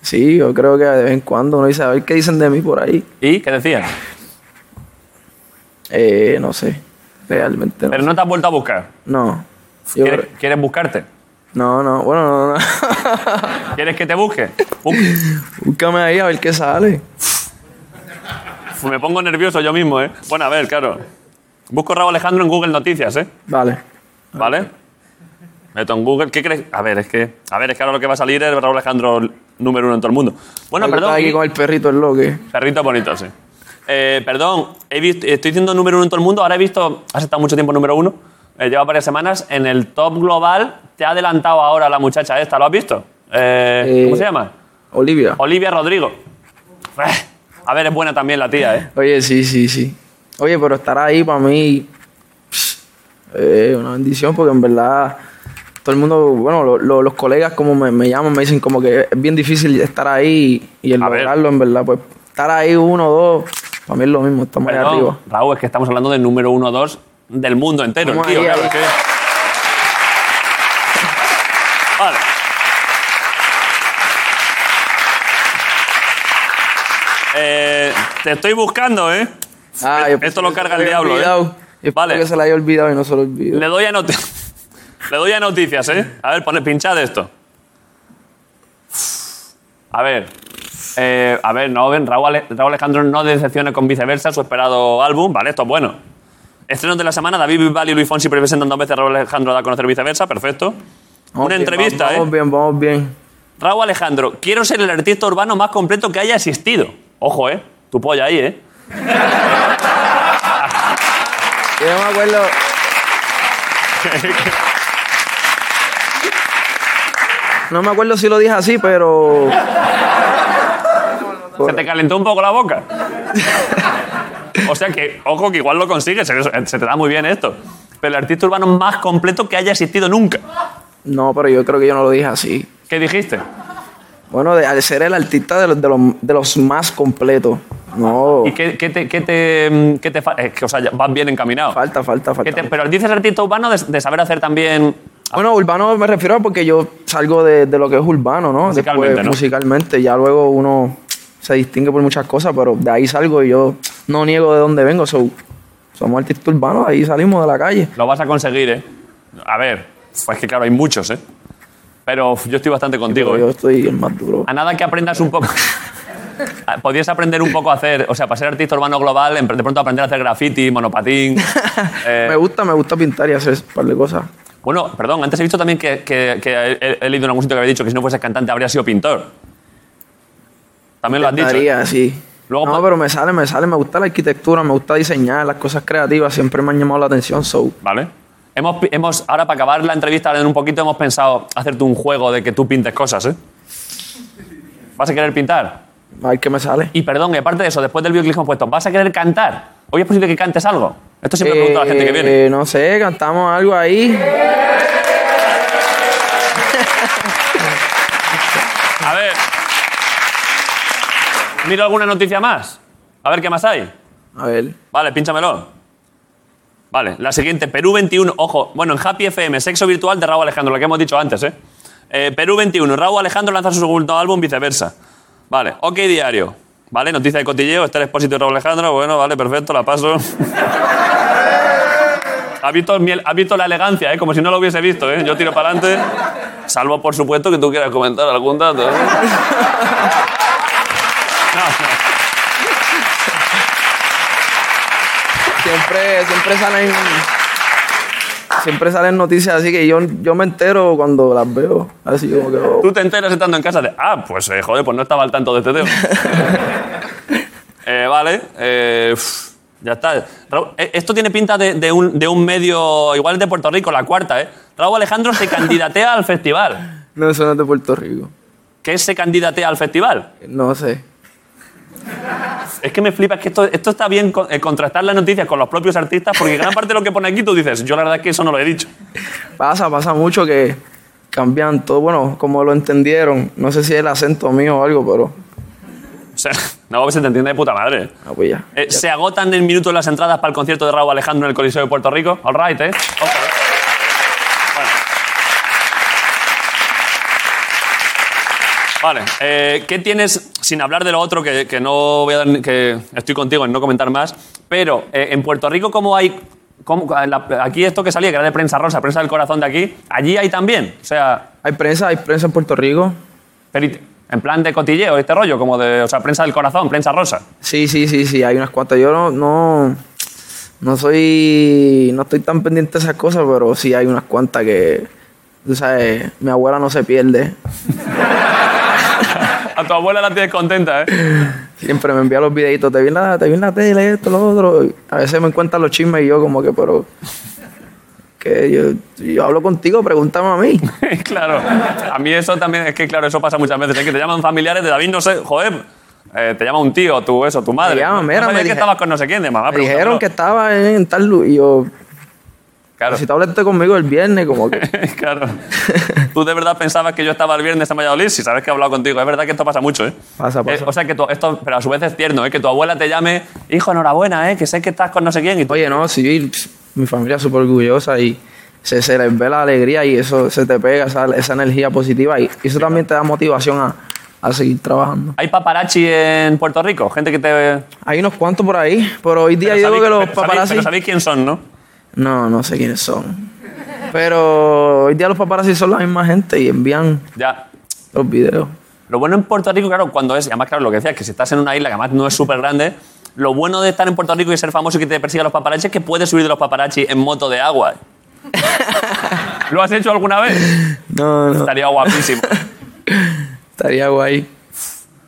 G: Sí, yo creo que de vez en cuando uno dice, a ver qué dicen de mí por ahí.
A: ¿Y qué decías?
G: Eh, no sé. Realmente no.
A: Pero no te has vuelto a buscar.
G: no. Yo
A: ¿Quieres,
G: creo-
A: quieres buscarte?
G: no, no. Bueno, no, no.
A: ¿Quieres que te busque? Un-
G: Búscame ahí a ver qué sale.
A: Me pongo nervioso yo mismo, ¿eh? Bueno, a ver, claro. Busco Raúl Alejandro en Google Noticias, ¿eh?
G: Vale.
A: ¿Vale? Meto en Google. ¿Qué crees? A ver, es que. A ver, es que ahora lo que va a salir es Raúl Alejandro número uno en todo el mundo. Bueno,
G: Yo
A: perdón.
G: estaba aquí
A: y-
G: con el perrito, el loque.
A: Perrito bonito, sí. Eh, perdón, he visto, estoy diciendo número uno en todo el mundo. Ahora he visto. Has estado mucho tiempo número uno. eh, lleva varias semanas. En el top global te ha adelantado ahora la muchacha esta. ¿Lo has visto? Eh,
G: Eh,
A: ¿Cómo se llama?
G: Olivia.
A: Olivia Rodrigo. A ver, es buena también la tía, ¿eh?
G: Oye, sí, sí, sí. Oye, pero estar ahí para mí. pss, Eh, una bendición porque en verdad todo el mundo, bueno, lo- lo- los colegas como me, me llaman, me dicen como que es bien difícil estar ahí y, el
A: A ver.
G: lograrlo, en verdad, pues estar ahí uno, dos, para mí es lo mismo, estamos ahí
A: Perdón,
G: arriba.
A: Raúl, es que estamos hablando del número uno o dos del mundo entero, el
G: Vamos
A: tío,
G: ahí,
A: claro,
G: ahí.
A: es que- Vale. Eh, te estoy buscando, ¿eh?
G: Ah, yo
A: Esto
G: pensé
A: lo
G: que
A: carga
G: se
A: el
G: lo había
A: diablo, ¿eh?
G: olvidado. Yo
A: Vale.
G: espero que se la haya olvidado y no se lo olvido.
A: Le doy a noticias. Le doy a noticias, ¿eh? A ver, pone, pinchad esto. A ver. eh, a ver, no, ven, Raúl, Ale- Raúl Alejandro no decepciona con viceversa su esperado álbum. Vale, esto es bueno. Estrenos de la semana, David Bisbal y Luis Fonsi presentan dos veces a Raúl Alejandro da a conocer viceversa. Perfecto.
G: Vamos
A: Una
G: bien,
A: entrevista,
G: vamos,
A: ¿eh?
G: Vamos bien, vamos bien.
A: Raúl Alejandro, quiero ser el artista urbano más completo que haya existido. Ojo, ¿eh? Tu polla ahí, ¿eh?
G: Yo me acuerdo, no me acuerdo si lo dije así, pero...
A: Se te calentó un poco la boca. o sea que, ojo, que igual lo consigues, se, se te da muy bien esto. Pero el artista urbano más completo que haya existido nunca.
G: No, pero yo creo que yo no lo dije así.
A: ¿Qué dijiste?
G: Bueno, de- al ser el artista de los, de los, de los más completos. No,
A: ¿Y qué, qué te, qué te, mm, qué te fa- Es que, o sea, ya vas bien encaminado.
G: falta, falta,
A: ¿Qué
G: falta.
A: te- pero dices artista urbano de, de saber hacer también.
G: Bueno, urbano me refiero a porque yo salgo de, de lo que es urbano, ¿no?
A: Musicalmente, ¿no?
G: Musicalmente, ya luego uno se distingue por muchas cosas, pero de ahí salgo y yo no niego de dónde vengo. so, somos artistas urbanos, ahí salimos de la calle.
A: Lo vas a conseguir, ¿eh? A ver, pues que claro, hay muchos, ¿eh? Pero uf, yo estoy Ah, bastante contigo,
G: Pero
A: ¿eh?
G: yo estoy el más duro.
A: A nada que aprendas un poco. Ah, Podrías aprender un poco a hacer, o sea, para ser artista urbano global, en- de pronto aprender a hacer graffiti, monopatín. eh,
G: me gusta, me gusta pintar y hacer un par de cosas.
A: bueno, perdón, antes he visto también que, que- que he, he leído en algún sitio que había dicho que si no fuese cantante habría sido pintor. También lo has dicho. ¿eh?
G: Pintaría, sí.
A: Luego pa-
G: no, pero me sale, me sale, me gusta la arquitectura, me gusta diseñar, las cosas creativas siempre me han llamado la atención, so.
A: Vale. Hemos, pi- hemos, ahora, para acabar la entrevista en un poquito, hemos pensado hacerte un juego de que tú pintes cosas, ¿eh? ¿Vas a querer pintar?
G: A ver qué me sale.
A: Y perdón, y aparte de eso, después del videoclip que hemos puesto, ¿vas a querer cantar? ¿Hoy es posible que cantes algo? Esto siempre pregunta a la gente que viene.
G: Eh, No sé, cantamos algo ahí.
A: A ver. Miro alguna noticia más. A ver qué más hay.
G: A ver.
A: Vale, pínchamelo. Vale, la siguiente, Perú 21. Ojo, bueno, en Happy FM, sexo virtual de Raúl Alejandro, lo que hemos dicho antes, ¿eh? Eh, Perú 21, Raúl Alejandro lanza su segundo álbum, viceversa. Vale, OK Diario. Vale, noticia de cotilleo, está el expósito de Raúl Alejandro. Bueno, vale, perfecto, la paso. ha, visto, mi- ha visto la elegancia, ¿eh? Como si no lo hubiese visto, ¿eh? Yo tiro para adelante. Salvo, por supuesto, que tú quieras comentar algún dato. ¿eh?
G: Siempre, siempre salen. Siempre salen noticias así que yo, yo me entero cuando las veo. Así como que. oh.
A: Tú te enteras estando en casa de, ah, pues eh, joder, pues no estaba al tanto de este tema. Eh, vale, eh, uf, ya está. Raúl, eh, esto tiene pinta de, de un, de un medio, igual es de Puerto Rico, la cuarta, ¿eh? Raúl Alejandro se candidatea al festival.
G: No, eso no es de Puerto Rico.
A: ¿Qué es se candidatea al festival?
G: No sé.
A: Es que me flipa, es que esto, esto está bien con- eh, contrastar las noticias con los propios artistas, porque gran parte de lo que pone aquí tú dices, yo la verdad es que eso no lo he dicho.
G: Pasa, pasa mucho que cambian todo. Bueno, como lo entendieron. No sé si es el acento mío o algo, pero.
A: O sea, no, pues se te entiende de puta madre.
G: Ah, pues ya.
A: Eh, se agotan en minutos las entradas para el concierto de Raúl Alejandro en el Coliseo de Puerto Rico. All right, ¿eh? Ok. Bueno. Vale, eh, ¿qué tienes, sin hablar de lo otro, que, que no voy a dar- que estoy contigo en no comentar más, pero eh, en Puerto Rico, ¿cómo hay, cómo- la- aquí esto que salía, que era de prensa rosa, prensa del corazón de aquí, allí hay también, o sea,
G: Hay prensa, hay prensa en Puerto Rico.
A: pero y- en plan de cotilleo, este rollo, como de, o sea, prensa del corazón, prensa rosa.
G: Sí, sí, sí, sí, hay unas cuantas. Yo no, no, no soy, no estoy tan pendiente de esas cosas, pero sí hay unas cuantas que, tú sabes, mi abuela no se pierde.
A: A tu abuela la tienes contenta, ¿eh?
G: Siempre me envía los videitos, te vi en la, te vi en la tele, esto, lo otro. A veces me encuentran los chismes y yo como que, pero, que yo, yo hablo contigo, pregúntame a mí.
A: claro, a mí eso también, es que claro, eso pasa muchas veces, es que te llaman familiares de David, no sé, joder, eh, te llama un tío, tú eso, tu madre.
G: llaman,
A: No
G: mira,
A: sabía
G: me
A: que
G: dije-
A: estabas con no sé quién de mamá,
G: Me
A: pregúntamelo.
G: dijeron que estaba en, tal lu- y yo,
A: Claro.
G: Si tú hablaste conmigo el viernes, como que.
A: claro. ¿Tú de verdad pensabas que yo estaba el viernes en Valladolid? Si sabes que he hablado contigo. Es verdad que esto pasa mucho, ¿eh?
G: Pasa,
A: Eh,
G: pasa.
A: o sea, que tu- esto, pero a su vez es tierno, ¿eh? Que tu abuela te llame, hijo, enhorabuena, ¿eh? Que sé que estás con no sé quién. Y tú,
G: Oye, no, sí, pss, mi familia es súper orgullosa y se, se les ve la alegría y eso se te pega, esa, esa energía positiva y eso también te da motivación a, a seguir trabajando.
A: ¿Hay paparazzi en Puerto Rico? Gente que te...
G: Hay unos cuantos por ahí, pero hoy día
A: Pero
G: yo digo que los
A: pero sabéis-
G: paparazzi...
A: pero sabéis quién son, ¿no?
G: No, no sé quiénes son. Pero hoy día los paparazzi son la misma gente y envían
A: Ya.
G: los videos.
A: Lo bueno en Puerto Rico, claro, cuando es, y además, claro, lo que decías, que si estás en una isla que además no es súper grande, lo bueno de estar en Puerto Rico y ser famoso y que te persigan los paparazzi es que puedes subir de los paparazzi en moto de agua. ¿Lo has hecho alguna vez?
G: No, no,
A: Estaría guapísimo.
G: estaría guay.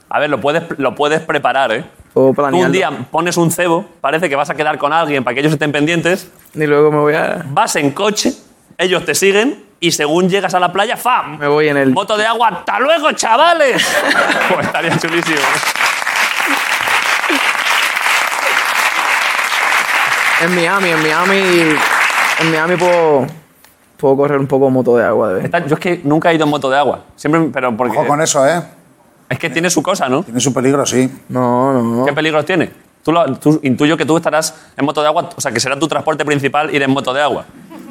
A: A ver, lo puedes, lo puedes preparar, ¿eh?
G: Puedo
A: Tú un
G: planearlo.
A: día pones un cebo, parece que vas a quedar con alguien para que ellos estén pendientes,
G: Y luego me voy a...
A: vas en coche, ellos te siguen y según llegas a la playa, ¡fam!
G: Me voy en el...
A: Moto de agua, ¡hasta luego, chavales! Pues estaría chulísimo.
G: En Miami, en Miami... En Miami puedo... Puedo correr un poco moto de agua de vez en
A: Está- Yo es que nunca he ido en moto de agua. Siempre, pero porque.
D: Ojo con eso, ¿eh?
A: Es que tiene su cosa, ¿no?
D: Tiene su peligro, sí.
G: No, no.
A: ¿Qué peligros tiene? Tú, lo- tú- intuyo que tú estarás en moto de agua, o sea, que será tu transporte principal ir en moto de agua.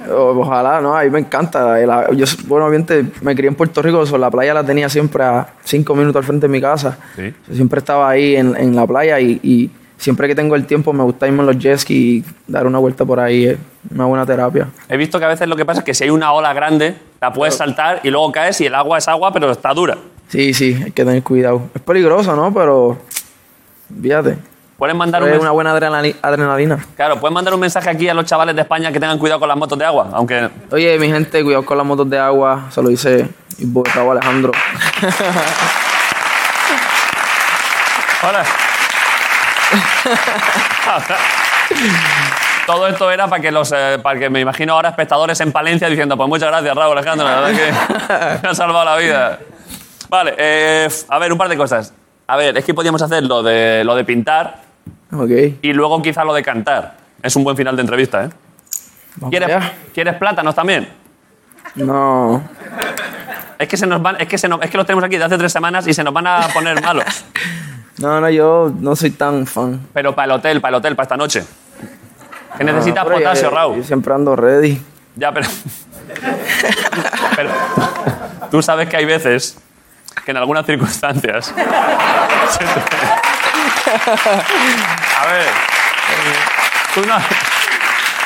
G: O- Ojalá, no, a mí me encanta. El a- yo, bueno, obviamente me crié en Puerto Rico, o sea, la playa la tenía siempre a cinco minutos al frente de mi casa.
A: Sí.
G: Yo siempre estaba ahí en, en la playa y, y siempre que tengo el tiempo me gusta irme en los jet ski y dar una vuelta por ahí, es una buena terapia.
A: He visto que a veces lo que pasa es que si hay una ola grande, la puedes saltar y luego caes y el agua es agua, pero está dura.
G: Sí, sí, hay que tener cuidado. Es peligroso, ¿no? Pero, fíjate,
A: Puedes mandar un
G: es
A: mes-
G: una buena adrenali- adrenalina.
A: Claro, puedes mandar un mensaje aquí a los chavales de España que tengan cuidado con las motos de agua, aunque
G: Oye, mi gente, cuidado con las motos de agua, se lo dice Ibotrao Alejandro.
A: Hola. Todo esto era para que los, eh, para que me imagino ahora espectadores en Palencia diciendo, pues muchas gracias Raúl Alejandro, la verdad que me ha salvado la vida. Vale, eh, a ver, un par de cosas. A ver, es que podíamos hacer lo de, lo de pintar
G: ok.
A: y luego quizá lo de cantar. Es un buen final de entrevista, ¿eh?
G: vamos
A: ¿Quieres,
G: allá.
A: ¿quieres plátanos también?
G: No.
A: Es que, se nos van, es, que se nos- es que los tenemos aquí de hace tres semanas y se nos van a poner malos.
G: No, no, yo no soy tan fan.
A: Pero para el hotel, para el hotel, para esta noche. Que necesitas
G: Pero ya-
A: potasio, Raúl.
G: Yo siempre ando ready.
A: Ya, pero. pero tú sabes que hay veces que en algunas circunstancias. A ver. Tú, no-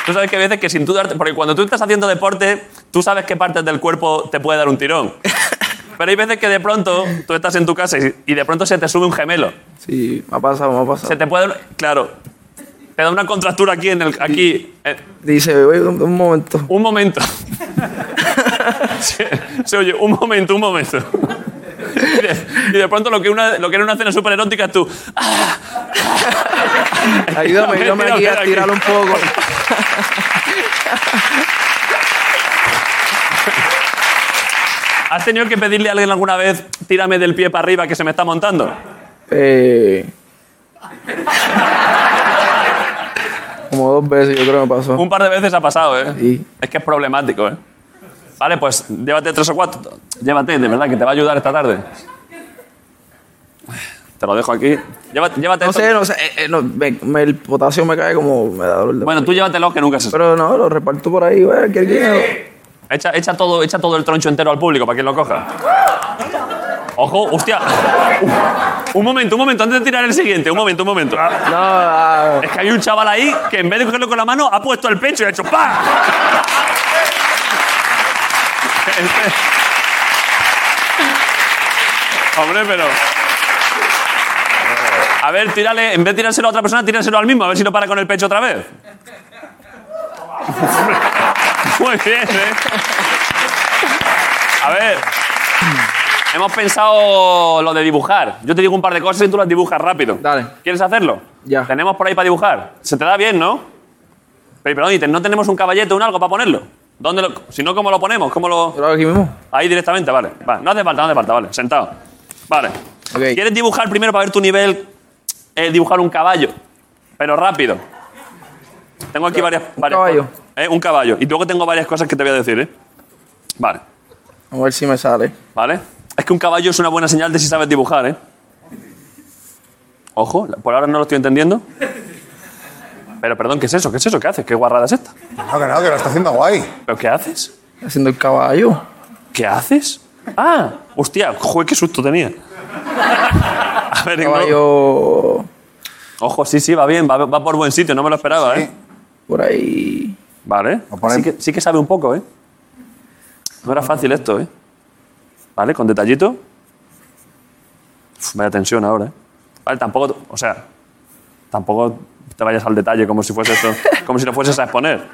A: tú sabes que hay veces que sin tú darte. Porque cuando tú estás haciendo deporte, tú sabes qué partes del cuerpo te puede dar un tirón. Pero hay veces que de pronto tú estás en tu casa y, y de pronto se te sube un gemelo.
G: Sí, me ha pasado, me ha pasado.
A: Se te puede. Claro. Te da una contractura aquí en el. Aquí. eh,
G: Dice, oye, un, un momento.
A: un momento. se, se oye, un momento, un momento. Y de, y de pronto lo que, una, lo que era una escena súper erótica es tú.
G: Ayúdame, ayúdame
A: Mira,
G: aquí
A: mira,
G: a
A: aquí.
G: tirarlo un poco.
A: ¿Has tenido que pedirle a alguien alguna vez, tírame del pie para arriba que se me está montando?
G: Eh, como dos veces yo creo que me pasó.
A: Un par de veces ha pasado, ¿eh?
G: Sí.
A: Es que es problemático, ¿eh? Vale, pues llévate tres o cuatro. Llévate, de verdad, que te va a ayudar esta tarde. Te lo dejo aquí. Llévate, llévate
G: No
A: esto.
G: sé, no sé, eh, eh, no, me- me- el potasio me cae como me da dolor de-
A: Bueno, tú llévatelo que nunca se...
G: Pero no, lo reparto por ahí, güey, que que-
A: Echa, echa todo, echa todo el troncho entero al público para que lo coja. Ojo, hostia. Un momento, un momento, antes de tirar el siguiente, un momento, un momento.
G: No, ah,
A: Es que hay un chaval ahí que en vez de cogerlo con la mano ha puesto el pecho y ha hecho ¡pa! Este- Hombre, pero. A ver, tírale, en vez de tirárselo a otra persona, tírárselo al mismo, a ver si no para con el pecho otra vez. Muy bien, ¿eh? A ver. Hemos pensado lo de dibujar. Yo te digo un par de cosas y tú las dibujas rápido.
G: Dale.
A: ¿Quieres hacerlo?
G: Ya.
A: Tenemos por ahí para dibujar. Se te da bien, ¿no? Pero, perdón, ¿y te- no tenemos un caballete o un algo para ponerlo? ¿Dónde lo- si no, ¿cómo lo ponemos? ¿Cómo lo...?
G: lo hago aquí mismo.
A: Ahí directamente, vale. Vale, No hace falta, no hace falta, vale. Sentado. Vale.
G: Ok.
A: ¿Quieres dibujar primero para ver tu nivel? eh, dibujar un caballo. Pero rápido. Tengo aquí varias. varias
G: caballo?
A: cosas. ¿eh? Un caballo. Y luego tengo varias cosas que te voy a decir, ¿eh? Vale.
G: A ver si me sale.
A: ¿Vale? Es que un caballo es una buena señal de si sabes dibujar, ¿eh? Ojo, por ahora no lo estoy entendiendo. Pero perdón, ¿qué es eso? ¿Qué es eso? ¿Qué haces? ¿Qué guarrada es esta?
D: No, que no, que lo está haciendo guay.
A: ¿Pero qué haces?
G: Haciendo el caballo.
A: ¿Qué haces? Ah, hostia, joder, qué susto tenía. A ver, ignoro-
G: Caballo.
A: Ojo, sí, sí, va bien, va, va por buen sitio, no me lo esperaba, ¿eh?
G: Por ahí.
A: Vale.
D: por ahí.
A: Sí que, sí que sabe un poco, ¿eh? No era fácil esto, ¿eh? Vale, con detallito. Uf, vaya tensión ahora, ¿eh? Vale, tampoco, o sea, tampoco te vayas al detalle como si fuese esto, como si lo fueses a exponer.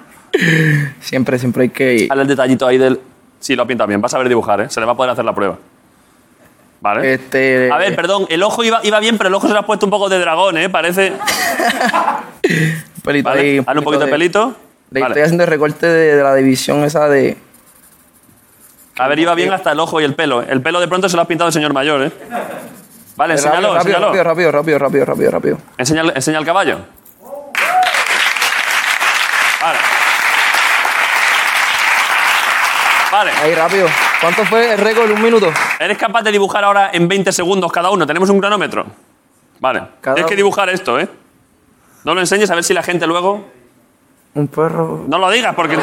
G: Siempre, siempre hay que ir.
A: Dale el detallito ahí del... Sí, lo pinta bien, vas a ver dibujar, ¿eh? Se le va a poder hacer la prueba. Vale.
G: Este.
A: A ver, perdón, el ojo iba, iba bien, pero el ojo se le ha puesto un poco de dragón, ¿eh? Parece...
G: pelito ahí,
A: Vale, hazle un poquito de pelito.
G: de-
A: Vale.
G: Estoy haciendo el recorte de, de la división esa de.
A: A ver, iba bien hasta el ojo y el pelo. El pelo de pronto se lo ha pintado el señor mayor, ¿eh? Vale, enséñalo,
G: rápido,
A: enséñalo.
G: rápido, rápido, rápido, rápido, rápido, rápido.
A: Enseña, el- enseña el caballo. Vale. Vale,
G: Ahí, rápido. ¿Cuánto fue el récord? ¿Un minuto?
A: eres capaz de dibujar ahora en 20 segundos cada uno. Tenemos un cronómetro. Vale,
G: Cada
A: tienes que
G: uno.
A: dibujar esto, ¿eh? No lo enseñes a ver si la gente luego.
G: Un perro.
A: No lo digas porque. te-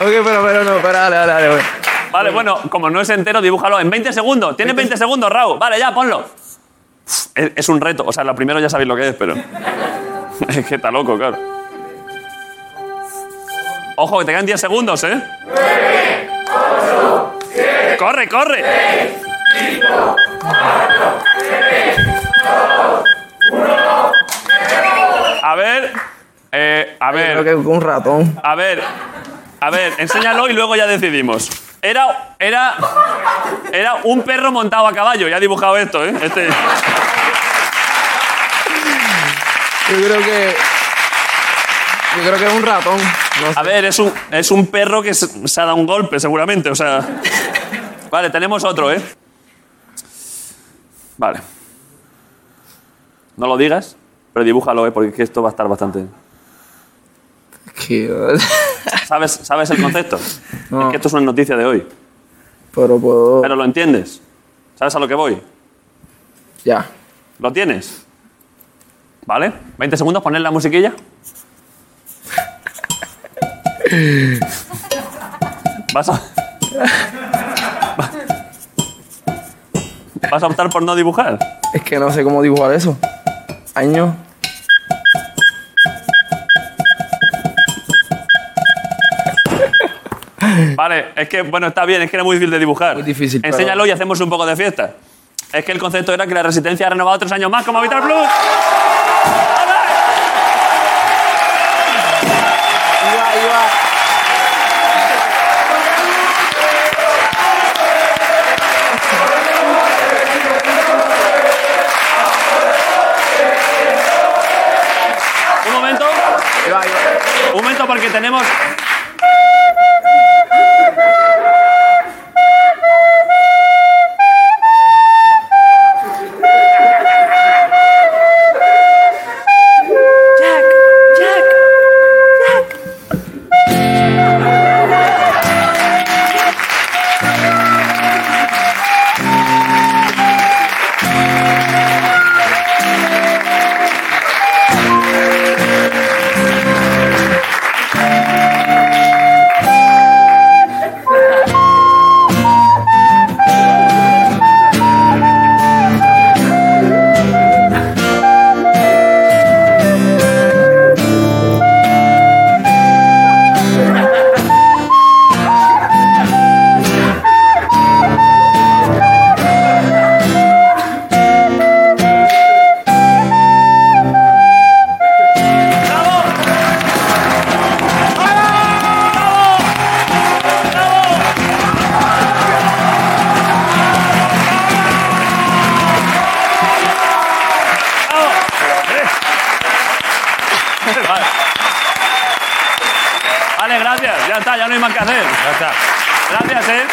G: Ok, pero, pero no, pero dale, dale, dale. bueno.
A: Vale, bueno, como no es entero, dibújalo en 20 segundos. Tienes 20 segundos, Raúl. Vale, ya, ponlo. Uf, Es, es un reto. O sea, lo primero ya sabéis lo que es, pero. es que está loco, claro. Ojo, que te quedan 10 segundos, ¿eh? ¡Corre, corre! A ver. eh, a ver.
G: Creo que un ratón.
A: A ver, a ver, enséñalo y luego ya decidimos. Era, era, era un perro montado a caballo. Ya ha dibujado esto, ¿eh? Este,
G: Yo creo que. Yo creo que es un ratón. No sé.
A: a ver, es un, es un perro que se, se ha dado un golpe, seguramente. O sea, vale, tenemos otro, ¿eh? Vale. No lo digas, pero dibújalo, ¿eh? Porque es que esto va a estar bastante.
G: Que-
A: ¿Sabes, sabes el concepto? Es que esto es una noticia de hoy.
G: pero puedo.
A: Pero lo entiendes. ¿Sabes a lo que voy?
G: Ya.
A: ¿Lo tienes? ¿Vale? ¿20 segundos? ¿Poner la musiquilla? ¿Vas a... ¿Vas a optar por no dibujar?
G: Es que no sé cómo dibujar eso. Año.
A: Vale, es que, bueno, está bien, es que era muy difícil de dibujar.
G: Muy difícil, pero-
A: Enséñalo y hacemos un poco de fiesta. Es que el concepto era que la Resistencia ha renovado tres años más como Vital Plus. Un momento. Un momento porque tenemos...
I: Jack, Jack, Jack.
A: Vale. Vale, gracias. Ya está, ya no hay más que hacer. Ya está. Gracias, eh.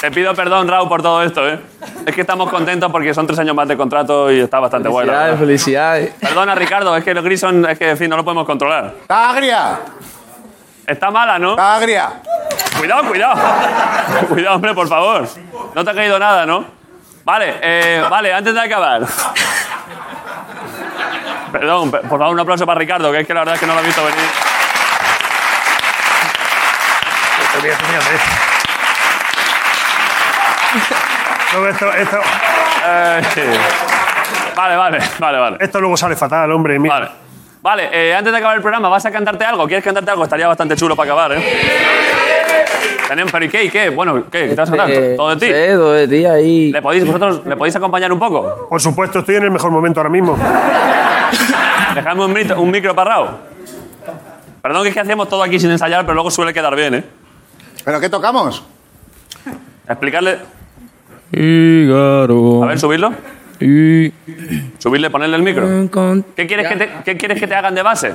A: Te pido perdón, Raúl, por todo esto, ¿eh? Es que estamos contentos porque son tres años más de contrato y está bastante guay. la
G: Felicidades,
A: verdad.
G: felicidades.
A: Perdona, Ricardo, es que los Grison, es que, en fin, no lo podemos controlar.
D: ¡Está agria!
A: Está mala, ¿no?
D: ¡Está agria!
A: Cuidado, cuidado. cuidado, hombre, por favor. No te ha caído nada, ¿no? Vale, eh, vale, antes de acabar. Perdón, pe- por favor, un aplauso para Ricardo, que es que la verdad es que no lo he visto venir.
E: Tenía- tenía tres. No, esto, esto,
A: Eh, sí. Vale, vale, vale, vale.
E: esto luego sale fatal, hombre. Mira.
A: Vale, vale eh, antes de acabar el programa, ¿vas a cantarte algo? ¿Quieres cantarte algo? Estaría bastante chulo para acabar, ¿eh? Tenemos, pero ¿y qué? ¿Y qué? Bueno, ¿qué? ¿Qué te vas a cantar?
G: Eh,
A: ¿Todo de ti?
G: no sé, todo de ti ahí.
A: ¿Le podéis, ¿Vosotros le podéis acompañar un poco?
E: Por supuesto, estoy en el mejor momento ahora mismo.
A: Dejadme un, micro- un micro parrao. Perdón que es que hacemos todo aquí sin ensayar, pero luego suele quedar bien, ¿eh?
D: ¿Pero qué tocamos?
A: Explicarle... A ver, subirlo. Subirle, ponerle el micro. ¿Qué quieres, que te, ¿Qué quieres que te hagan de base?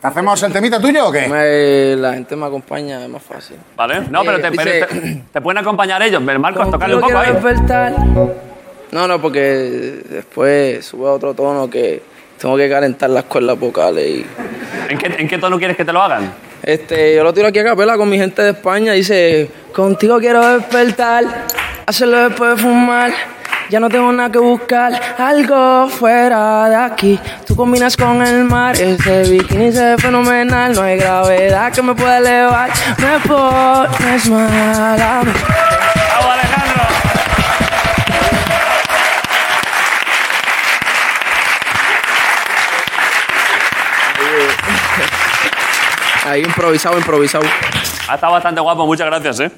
D: ¿Hacemos el temita tuyo o qué?
G: Me- la gente me acompaña, es más fácil.
A: ¿Vale? No,
G: Eh,
A: pero te, pero
G: dice-
A: te- te pueden acompañar ellos. Marcos, tocarle
G: Yo
A: un poco
G: quiero
A: ahí.
G: despertar. No, no, porque después sube a otro tono que tengo que calentar las cuerdas vocales. Y,
A: ¿En qué, ¿En qué tono quieres que te lo hagan?
G: este, yo lo tiro aquí a capela con mi gente de España. Dice: Contigo quiero despertar, hacerlo después de fumar. Ya no tengo nada que buscar, algo fuera de aquí. Tú combinas con el mar, ese bikini se ve fenomenal. No hay gravedad que me pueda elevar, me pones mal a mí.
A: ¡Bravo, Alejandro!
G: Ahí improvisado, improvisado.
A: Ha estado bastante guapo, muchas gracias, ¿eh?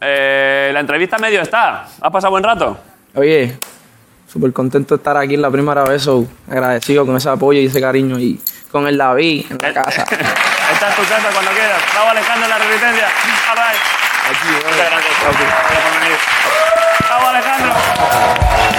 A: Eh, la entrevista medio está. ¿Has pasado buen rato?
G: Oye, súper contento de estar aquí en la primera vez, so, agradecido con ese apoyo y ese cariño y con el David en la casa.
A: Esta es tu casa cuando quieras. Bravo, Alejandro, en la resistencia. All right. Muchas gracias. Gracias por venir. Bravo, Alejandro.